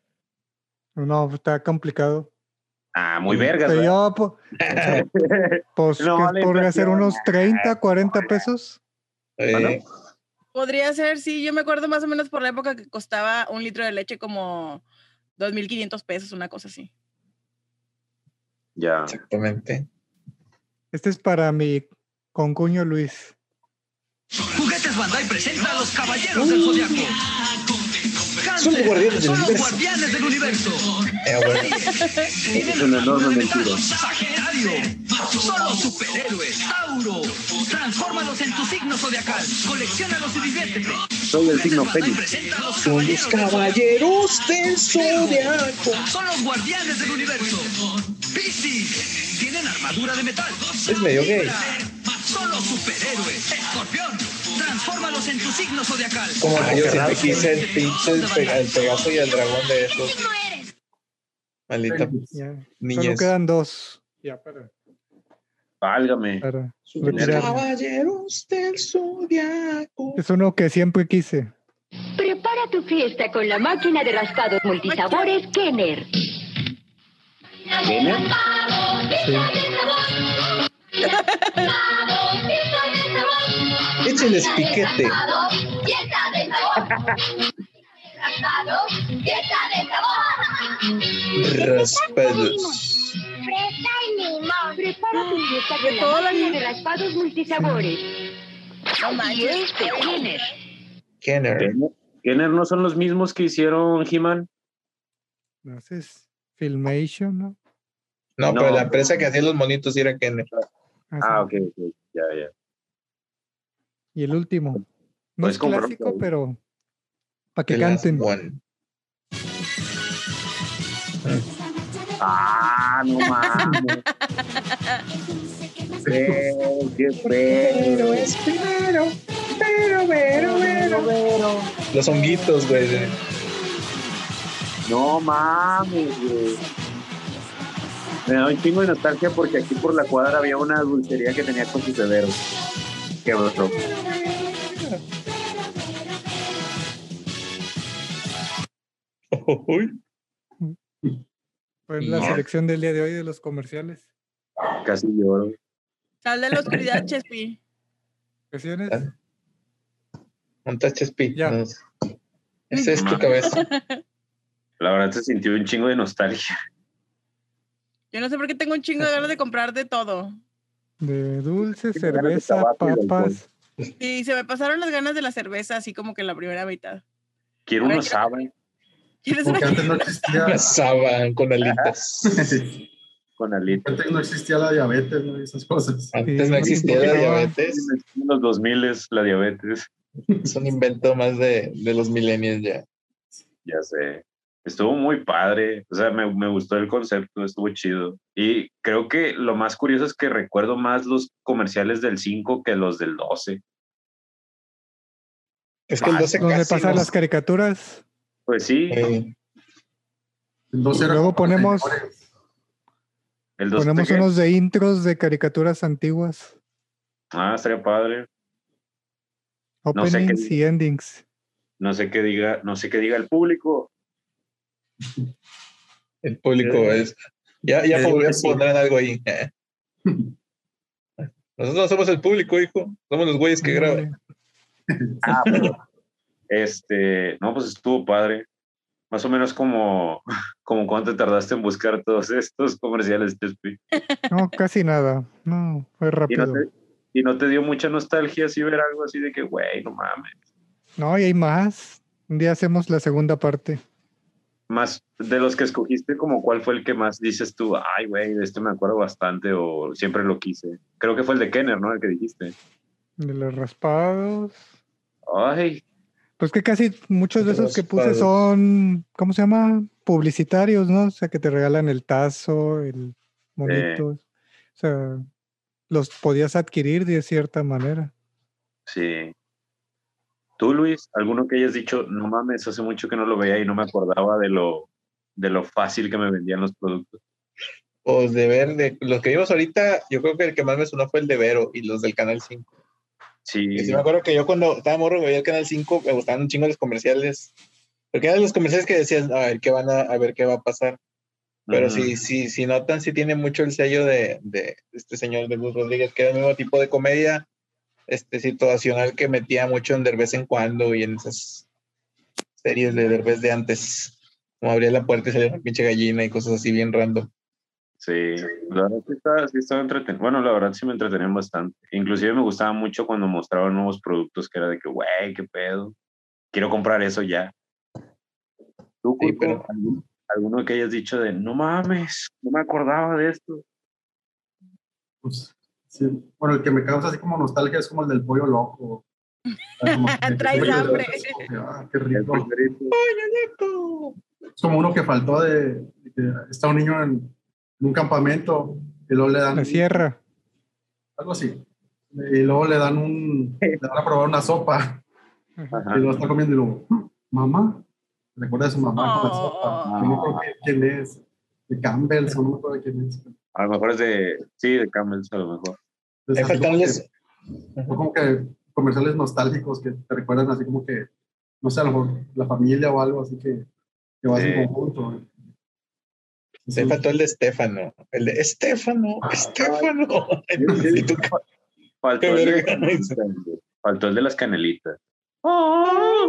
S4: No, está complicado.
S1: Ah, muy vergas.
S4: Pero
S1: ¿verdad?
S4: Este, yo, po- pues,
S1: No,
S4: ¿qué
S1: la
S4: podría ser
S1: inflación.
S4: unos 30, 40 pesos.
S2: Ah, Eh,
S3: Podría ser, sí, yo me acuerdo más o menos por la época que costaba un litro de leche como 2.500 pesos, una cosa así.
S1: Ya.
S2: exactamente.
S4: Este es para mi concuño Luis.
S6: Juguetes Bandai presenta a los caballeros del zodiaco.
S2: Son los guardianes del
S6: Son los
S2: universo.
S6: guardianes del universo.
S2: Eh, bueno.
S1: Es una enorme mentira.
S6: Sagitario. Son los superhéroes. Tauro. Transfórmalos en tu signo zodiacal. Colecciónalos y diviértete.
S1: Soy el signo Fénix.
S6: Presenta a los
S2: Son los caballeros del zodiaco.
S6: Son los guardianes del universo. Piscis. Tienen armadura de metal.
S2: Es medio gay.
S6: Son los superhéroes. Escorpión. Transfórmalos en tu signo zodiacal.
S2: Como que yo siempre quise el pinche el pega- el Pegaso y el dragón de esos. Maldita
S4: Ya. Solo
S2: niñez.
S4: quedan dos. Ya, para.
S1: Válgame.
S4: para
S1: Su
S4: retirar.
S2: Caballeros del zodiaco.
S4: Es uno que siempre quise.
S10: Prepara tu fiesta con la máquina de raspados multisabores Kenner.
S1: ¿Tiene?
S4: Sí.
S2: Échenles piquete. Raspados.
S9: Fresa y limón.
S10: Prepara tu fiesta
S3: De
S10: con la
S3: toda la
S10: máquina
S3: vida.
S10: de raspados multisabores.
S3: No
S10: Y este,
S3: manches.
S10: es de Kenner.
S2: Kenner.
S1: ¿Kenner no son los mismos que hicieron He-Man?
S4: Entonces, Filmation, ¿no?
S2: No,
S1: No.
S2: pero la empresa que hacía los monitos era Kenner.
S4: Así.
S1: Ah, ok, ok. Ya, ya.
S4: Y el último. No
S1: Puedes
S4: es
S1: comprar-
S4: clásico, pero para que
S2: The Last
S4: canten.
S2: One.
S1: Ah, no mames. Feo, qué feo.
S2: es primero. Pero, pero, pero, Los honguitos, güey. de-
S1: No mames, güey. Me da un chingo de nostalgia porque aquí por la cuadra había una dulcería que tenía con sus Qué bruto.
S2: Uy,
S4: Fue la
S1: No.
S4: selección del día de hoy de los comerciales.
S1: Casi lloro.
S3: Sal de la oscuridad, Chespi.
S4: ¿Canciones?
S2: ¿Ah? montaste Chespi. No. Esa es tu cabeza.
S1: La verdad se sintió un chingo de nostalgia.
S3: Yo no sé por qué tengo un chingo de ganas de comprar de todo.
S4: De dulce,
S1: Tiene ganas de
S4: cerveza,
S1: tabaco y de
S4: papas.
S3: Y se me pasaron las ganas de la cerveza, así como que en la primera mitad.
S1: Quiero una saba.
S3: ¿Quieres una?
S2: Una saba con alitas.
S1: Con alitas.
S7: Antes no existía la diabetes, ¿no? Y esas cosas.
S2: Antes no existía la diabetes.
S1: En los 2000 la diabetes.
S2: Es un invento más de, de los millennials ya.
S1: Ya sé. Estuvo muy padre. O sea, me, me gustó el concepto, estuvo chido. Y creo que lo más curioso es que recuerdo más los comerciales del 5 que los del 12.
S2: Es que el 12
S4: Donde
S2: casi
S4: pasan
S2: no-
S4: las caricaturas.
S1: Pues sí.
S7: El
S4: Eh, Y luego ponemos,
S1: El 12
S4: ponemos
S1: te-
S4: unos de intros de caricaturas antiguas.
S1: Ah, estaría padre. No sé qué
S4: Openings
S1: diga.
S4: y endings.
S1: No sé qué diga, no sé qué diga el público.
S2: El público es. Ya,
S1: Yo
S2: ya
S1: digo
S2: pon-
S1: que
S2: ya
S1: sí.
S2: pondrán algo ahí. eh. Nosotros no somos el público, hijo. Somos los güeyes que graban.
S1: Ah, pero, este, no, pues estuvo padre. Más o menos como, como cuánto tardaste en buscar todos estos comerciales, Chespi.
S4: No, casi nada. No, fue
S1: Y no,
S4: rápido.
S1: te, y no te dio mucha nostalgia así ver algo así de que, güey, no mames.
S4: No, y hay más. Un día hacemos la segunda parte.
S1: Más de los que escogiste, como cuál fue el que más dices tú, ay, güey, de este me acuerdo bastante o siempre lo quise. Creo que fue el de Kenner, ¿no? El que dijiste.
S4: De los raspados.
S1: Ay,
S4: Pues que casi muchos de
S1: De
S4: esos que puse
S1: raspados.
S4: son, ¿cómo se llama? Publicitarios, ¿no? O sea, que te regalan el tazo, el monito. O sea, los podías adquirir de cierta manera.
S1: sí. Tú, Luis, alguno que hayas dicho, no mames, hace mucho que no lo veía y no me acordaba de lo, de lo fácil que me vendían los productos.
S2: Pues de ver, de los que vimos ahorita, yo creo que el que más me sonó fue el de Vero y los del Canal 5.
S1: Sí.
S2: Y sí me acuerdo que yo cuando estaba morro veía el Canal 5, me gustaban un chingo los comerciales. Porque eran los comerciales que decían, a ver qué van a, a ver qué va a pasar. Pero
S1: Ajá.
S2: sí, sí, sí notan, sí tiene mucho el sello de, de este señor de Gus Rodríguez, que era el mismo tipo de comedia este, situacional que metía mucho en de vez en cuando y en esas series de Derbez de antes. Como abría la puerta y salía una pinche gallina y cosas así bien random.
S1: Sí, la verdad que está, sí estaba entreten- Bueno, la verdad sí me entretenían bastante. Inclusive me gustaba mucho cuando mostraban nuevos productos que era de que, güey, qué pedo. Quiero comprar eso ya. ¿Tú, Curco, algún- alguno que hayas dicho de, no mames, no me acordaba de esto?
S7: Pues, sí. Bueno, el que me causa así como nostalgia es como el del pollo loco.
S3: Traes hambre.
S7: Ah, qué rico. Es como uno que faltó de, de que está un niño en, en un campamento y luego le dan
S4: La sierra.
S7: algo así. Y luego le dan un le dan a probar una sopa.
S1: Ajá.
S7: Y luego está comiendo y luego, mamá, recuerda a su mamá con la sopa.
S3: Oh.
S1: Ah.
S7: Yo no creo que- quién es, de Campbell, no me acuerdo quién es.
S1: A lo mejor es de, sí, de Campbell's, a lo mejor.
S7: Entonces,
S2: Ahí
S7: así como
S2: faltaron
S7: que- fue como que comerciales nostálgicos que te recuerdan así como que, no sé, a lo mejor la familia o algo así que, que vas
S2: Sí.
S7: en conjunto. ¿eh?
S2: Se faltó el de Estefano. El de Estefano,
S7: Ah,
S2: Estefano. Y tú,
S1: Faltó
S2: Qué
S1: el, de,
S2: verga.
S1: faltó el de las canelitas.
S3: Oh.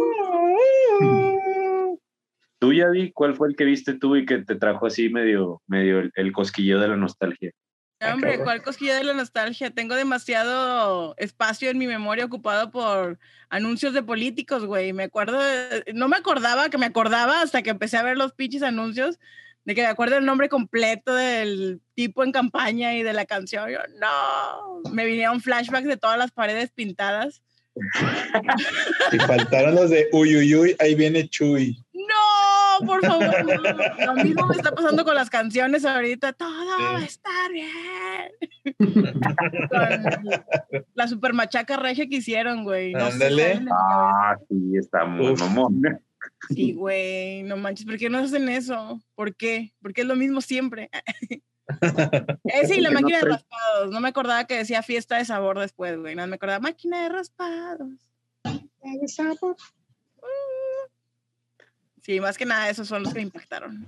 S1: Tú ya vi, ¿cuál fue el que viste tú y que te trajo así medio, medio el, el cosquilleo de la nostalgia?
S3: No, hombre, ¿cuál cosquilla de la nostalgia? Tengo demasiado espacio en mi memoria ocupado por anuncios de políticos, güey. Me acuerdo, de- no me acordaba que me acordaba hasta que empecé a ver los pinches anuncios de que me acuerdo el nombre completo del tipo en campaña y de la canción. Yo, no, me vinieron flashbacks de todas las paredes pintadas.
S2: y faltaron los de uy, uy, uy, ahí viene Chuy.
S3: No, por favor, no. Lo mismo me está pasando con las canciones ahorita. Todo
S2: Sí.
S3: está bien. con la super machaca regia que hicieron, güey. No sé,
S2: Ándale.
S3: salen-
S1: Ah, sí, está muy mamón.
S3: Sí, güey, no manches, ¿por qué no hacen eso? ¿Por qué? Porque es lo mismo siempre. Eh, sí, la máquina de raspados. No me acordaba que decía fiesta de sabor después, güey. No me acordaba máquina de raspados. De sabor. Sí, más que nada esos son los que me impactaron.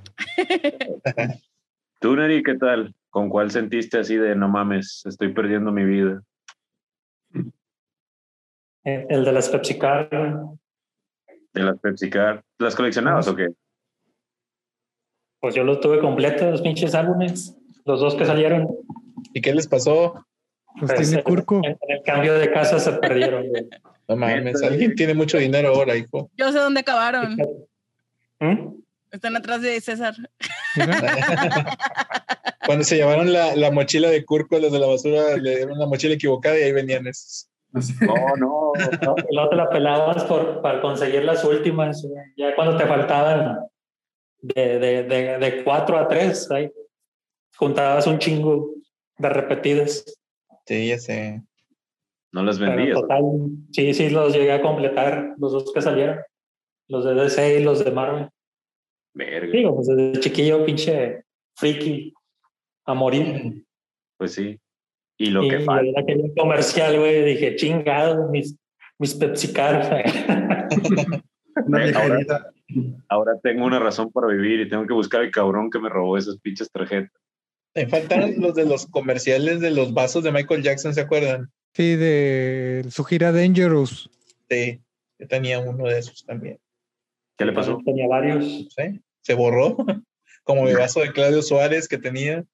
S1: Tú, Neri, ¿qué tal? ¿Con cuál sentiste así de no mames, estoy perdiendo mi vida?
S11: El el de las PepsiCar.
S1: De las PepsiCar. ¿Las coleccionabas o qué?
S11: Pues yo los tuve completos, los pinches álbumes, los dos que salieron.
S2: ¿Y qué les pasó?
S11: Pues, en- En, en el cambio de casa se perdieron. güey.
S2: No mames, alguien tiene mucho dinero ahora, hijo.
S3: Yo sé dónde acabaron.
S4: ¿Eh?
S3: Están atrás de César.
S2: Cuando se llevaron la, la mochila de Curco, los de la basura le dieron la mochila equivocada y ahí venían esos.
S1: No, no.
S11: No, y luego te la pelabas por, para conseguir las últimas. güey. Ya cuando te faltaban de, de, de, de cuatro a tres, ahí juntabas un chingo de repetidas.
S2: Sí, ya sé.
S1: No las
S11: Pero
S1: vendías.
S11: total, sí, sí, los llegué a completar, los dos que salieron. Los de DC y los de Marvel.
S1: Verga.
S11: Digo, pues desde chiquillo, pinche friki, a morir.
S1: Pues sí. Y lo
S11: y
S1: que falta.
S11: era aquel comercial, güey, dije, chingado, mis, mis PepsiCar, güey.
S1: Eh, ahora, ahora tengo una razón para vivir y tengo que buscar al cabrón que me robó esas pinches tarjetas.
S2: Me faltaron los de los comerciales de los vasos de Michael Jackson, ¿se acuerdan?
S4: Sí, de su gira Dangerous.
S2: Sí, yo tenía uno de esos también.
S1: ¿Qué le pasó?
S11: Ah, Tenía varios.
S2: Sí, se borró. Como mi vaso de Claudio Suárez que tenía.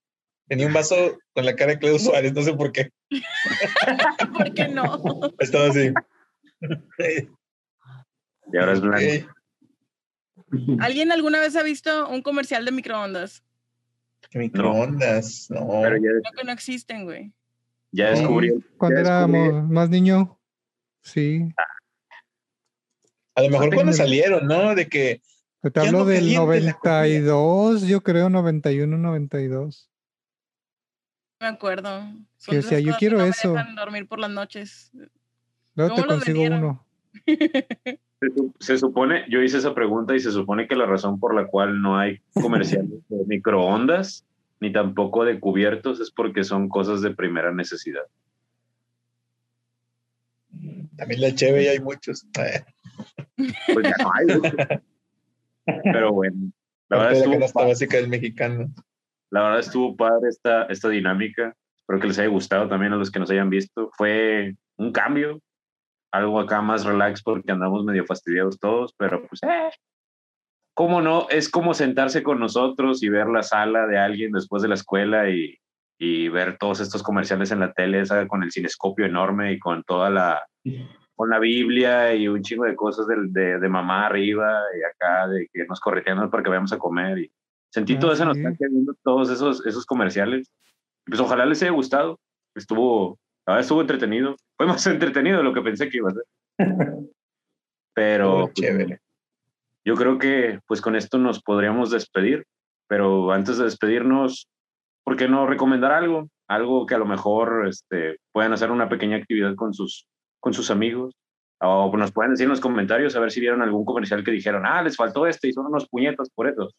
S2: Tenía un vaso con la cara de Claudio Suárez, no sé por qué.
S3: ¿Por qué no?
S2: Estaba así.
S1: Y ahora es blanco.
S3: ¿Alguien alguna vez ha visto un comercial de microondas?
S2: Microondas, no.
S1: Pero ya,
S3: Creo que no existen, güey.
S1: ya descubrí.
S4: Cuando
S1: ya descubrí- Ah.
S4: éramos más niño. Sí.
S2: A lo mejor cuando salieron, ¿no? De que
S4: Te
S2: Ya
S4: hablo
S2: no
S4: del
S2: caliente la
S4: 92, yo creo 91, 92.
S3: No me acuerdo. Son
S4: Que
S3: de
S4: decía,
S3: esas
S4: yo
S3: cosas
S4: quiero
S3: que no me
S4: eso.
S3: dejan dormir por las noches.
S4: Luego te
S3: ¿Cómo los
S4: consigo
S3: vendieron?
S4: uno.
S1: Se, su- se supone, yo hice esa pregunta y se supone que la razón por la cual no hay comerciales de microondas ni tampoco de cubiertos es porque son cosas de primera necesidad.
S2: también la cheve y hay muchos.
S1: Pues ya no hay. güey. Pero bueno, la
S2: La
S1: verdad
S2: de la
S1: estuvo
S2: canasta básica del mexicano.
S1: La verdad estuvo padre esta, esta dinámica. Espero que les haya gustado también a los que nos hayan visto. Fue un cambio, algo acá más relax porque andamos medio fastidiados todos, pero pues, eh, ¿cómo no? Es como sentarse con nosotros y ver la sala de alguien después de la escuela y, y ver todos estos comerciales en la tele, esa con el cinescopio enorme y con toda la con la Biblia y un chingo de cosas del- de, de, mamá arriba y acá, de que nos correteando para que vayamos a comer. Y sentí toda esa nostalgia viendo todos esos, esos comerciales. Pues ojalá les haya gustado. Estuvo, la verdad, estuvo entretenido. Fue más entretenido de lo que pensé que iba a ser. Pero pues, yo creo que pues con esto nos podríamos despedir. Pero antes de despedirnos, ¿por qué no recomendar algo? Algo que a lo mejor este, puedan hacer una pequeña actividad con sus, con sus amigos. O nos pueden decir en los comentarios a ver si vieron algún comercial que dijeron, ah, les faltó este y son unos puñetas por eso.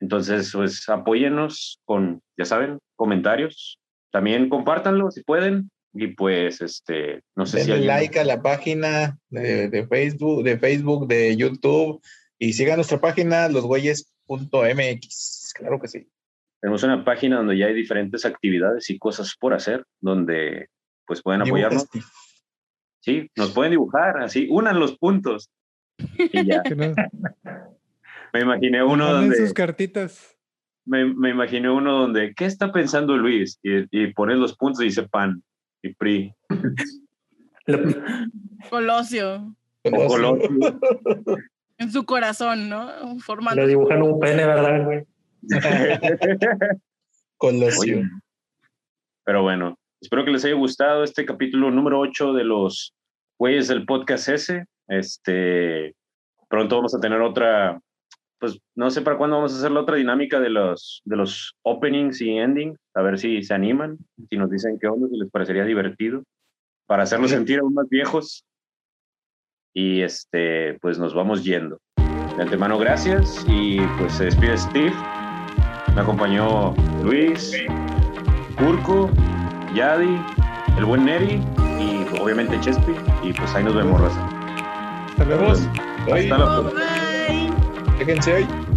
S1: Entonces, pues apóyennos con, ya saben, comentarios. También compártanlo si pueden. Y pues, este, no sé si
S2: Denle
S1: alguien-
S2: like a la página de, de Facebook, de Facebook, de YouTube y sigan nuestra página losgüeyes.mx. Claro que sí.
S1: Tenemos una página donde ya hay diferentes actividades y cosas por hacer, donde pues pueden
S2: Dibuja,
S1: apoyarnos. Sí, nos pueden dibujar, así, unan los puntos. Y ya.
S4: Que no-
S1: Me imaginé uno
S4: Ponen sus
S1: donde,
S4: cartitas.
S1: me, me imaginé uno donde, ¿qué está pensando Luis? Y, y pones los puntos y dice pan y PRI.
S3: Colosio.
S1: O Colosio.
S3: En su corazón, ¿no? Formando.
S11: Le dibujan un pene, ¿verdad, güey?
S2: Colosio.
S1: Pero bueno, espero que les haya gustado este capítulo número 8 de los güeyes del podcast ese. Este, pronto vamos a tener otra, pues no sé para cuándo vamos a hacer la otra dinámica de los, de los openings y endings, a ver si se animan, si nos dicen qué onda, si les parecería divertido, para hacerlos sentir aún más viejos. Y este, pues nos vamos yendo. De antemano, gracias. Y pues se despide Steve. Me Me acompañó Luis, Curco, Yadi, el buen Neri y obviamente Chespi. Y pues ahí nos vemos, raza.
S2: Hasta luego.
S3: Oh,
S1: Hasta la próxima.
S2: Fíjense hoy.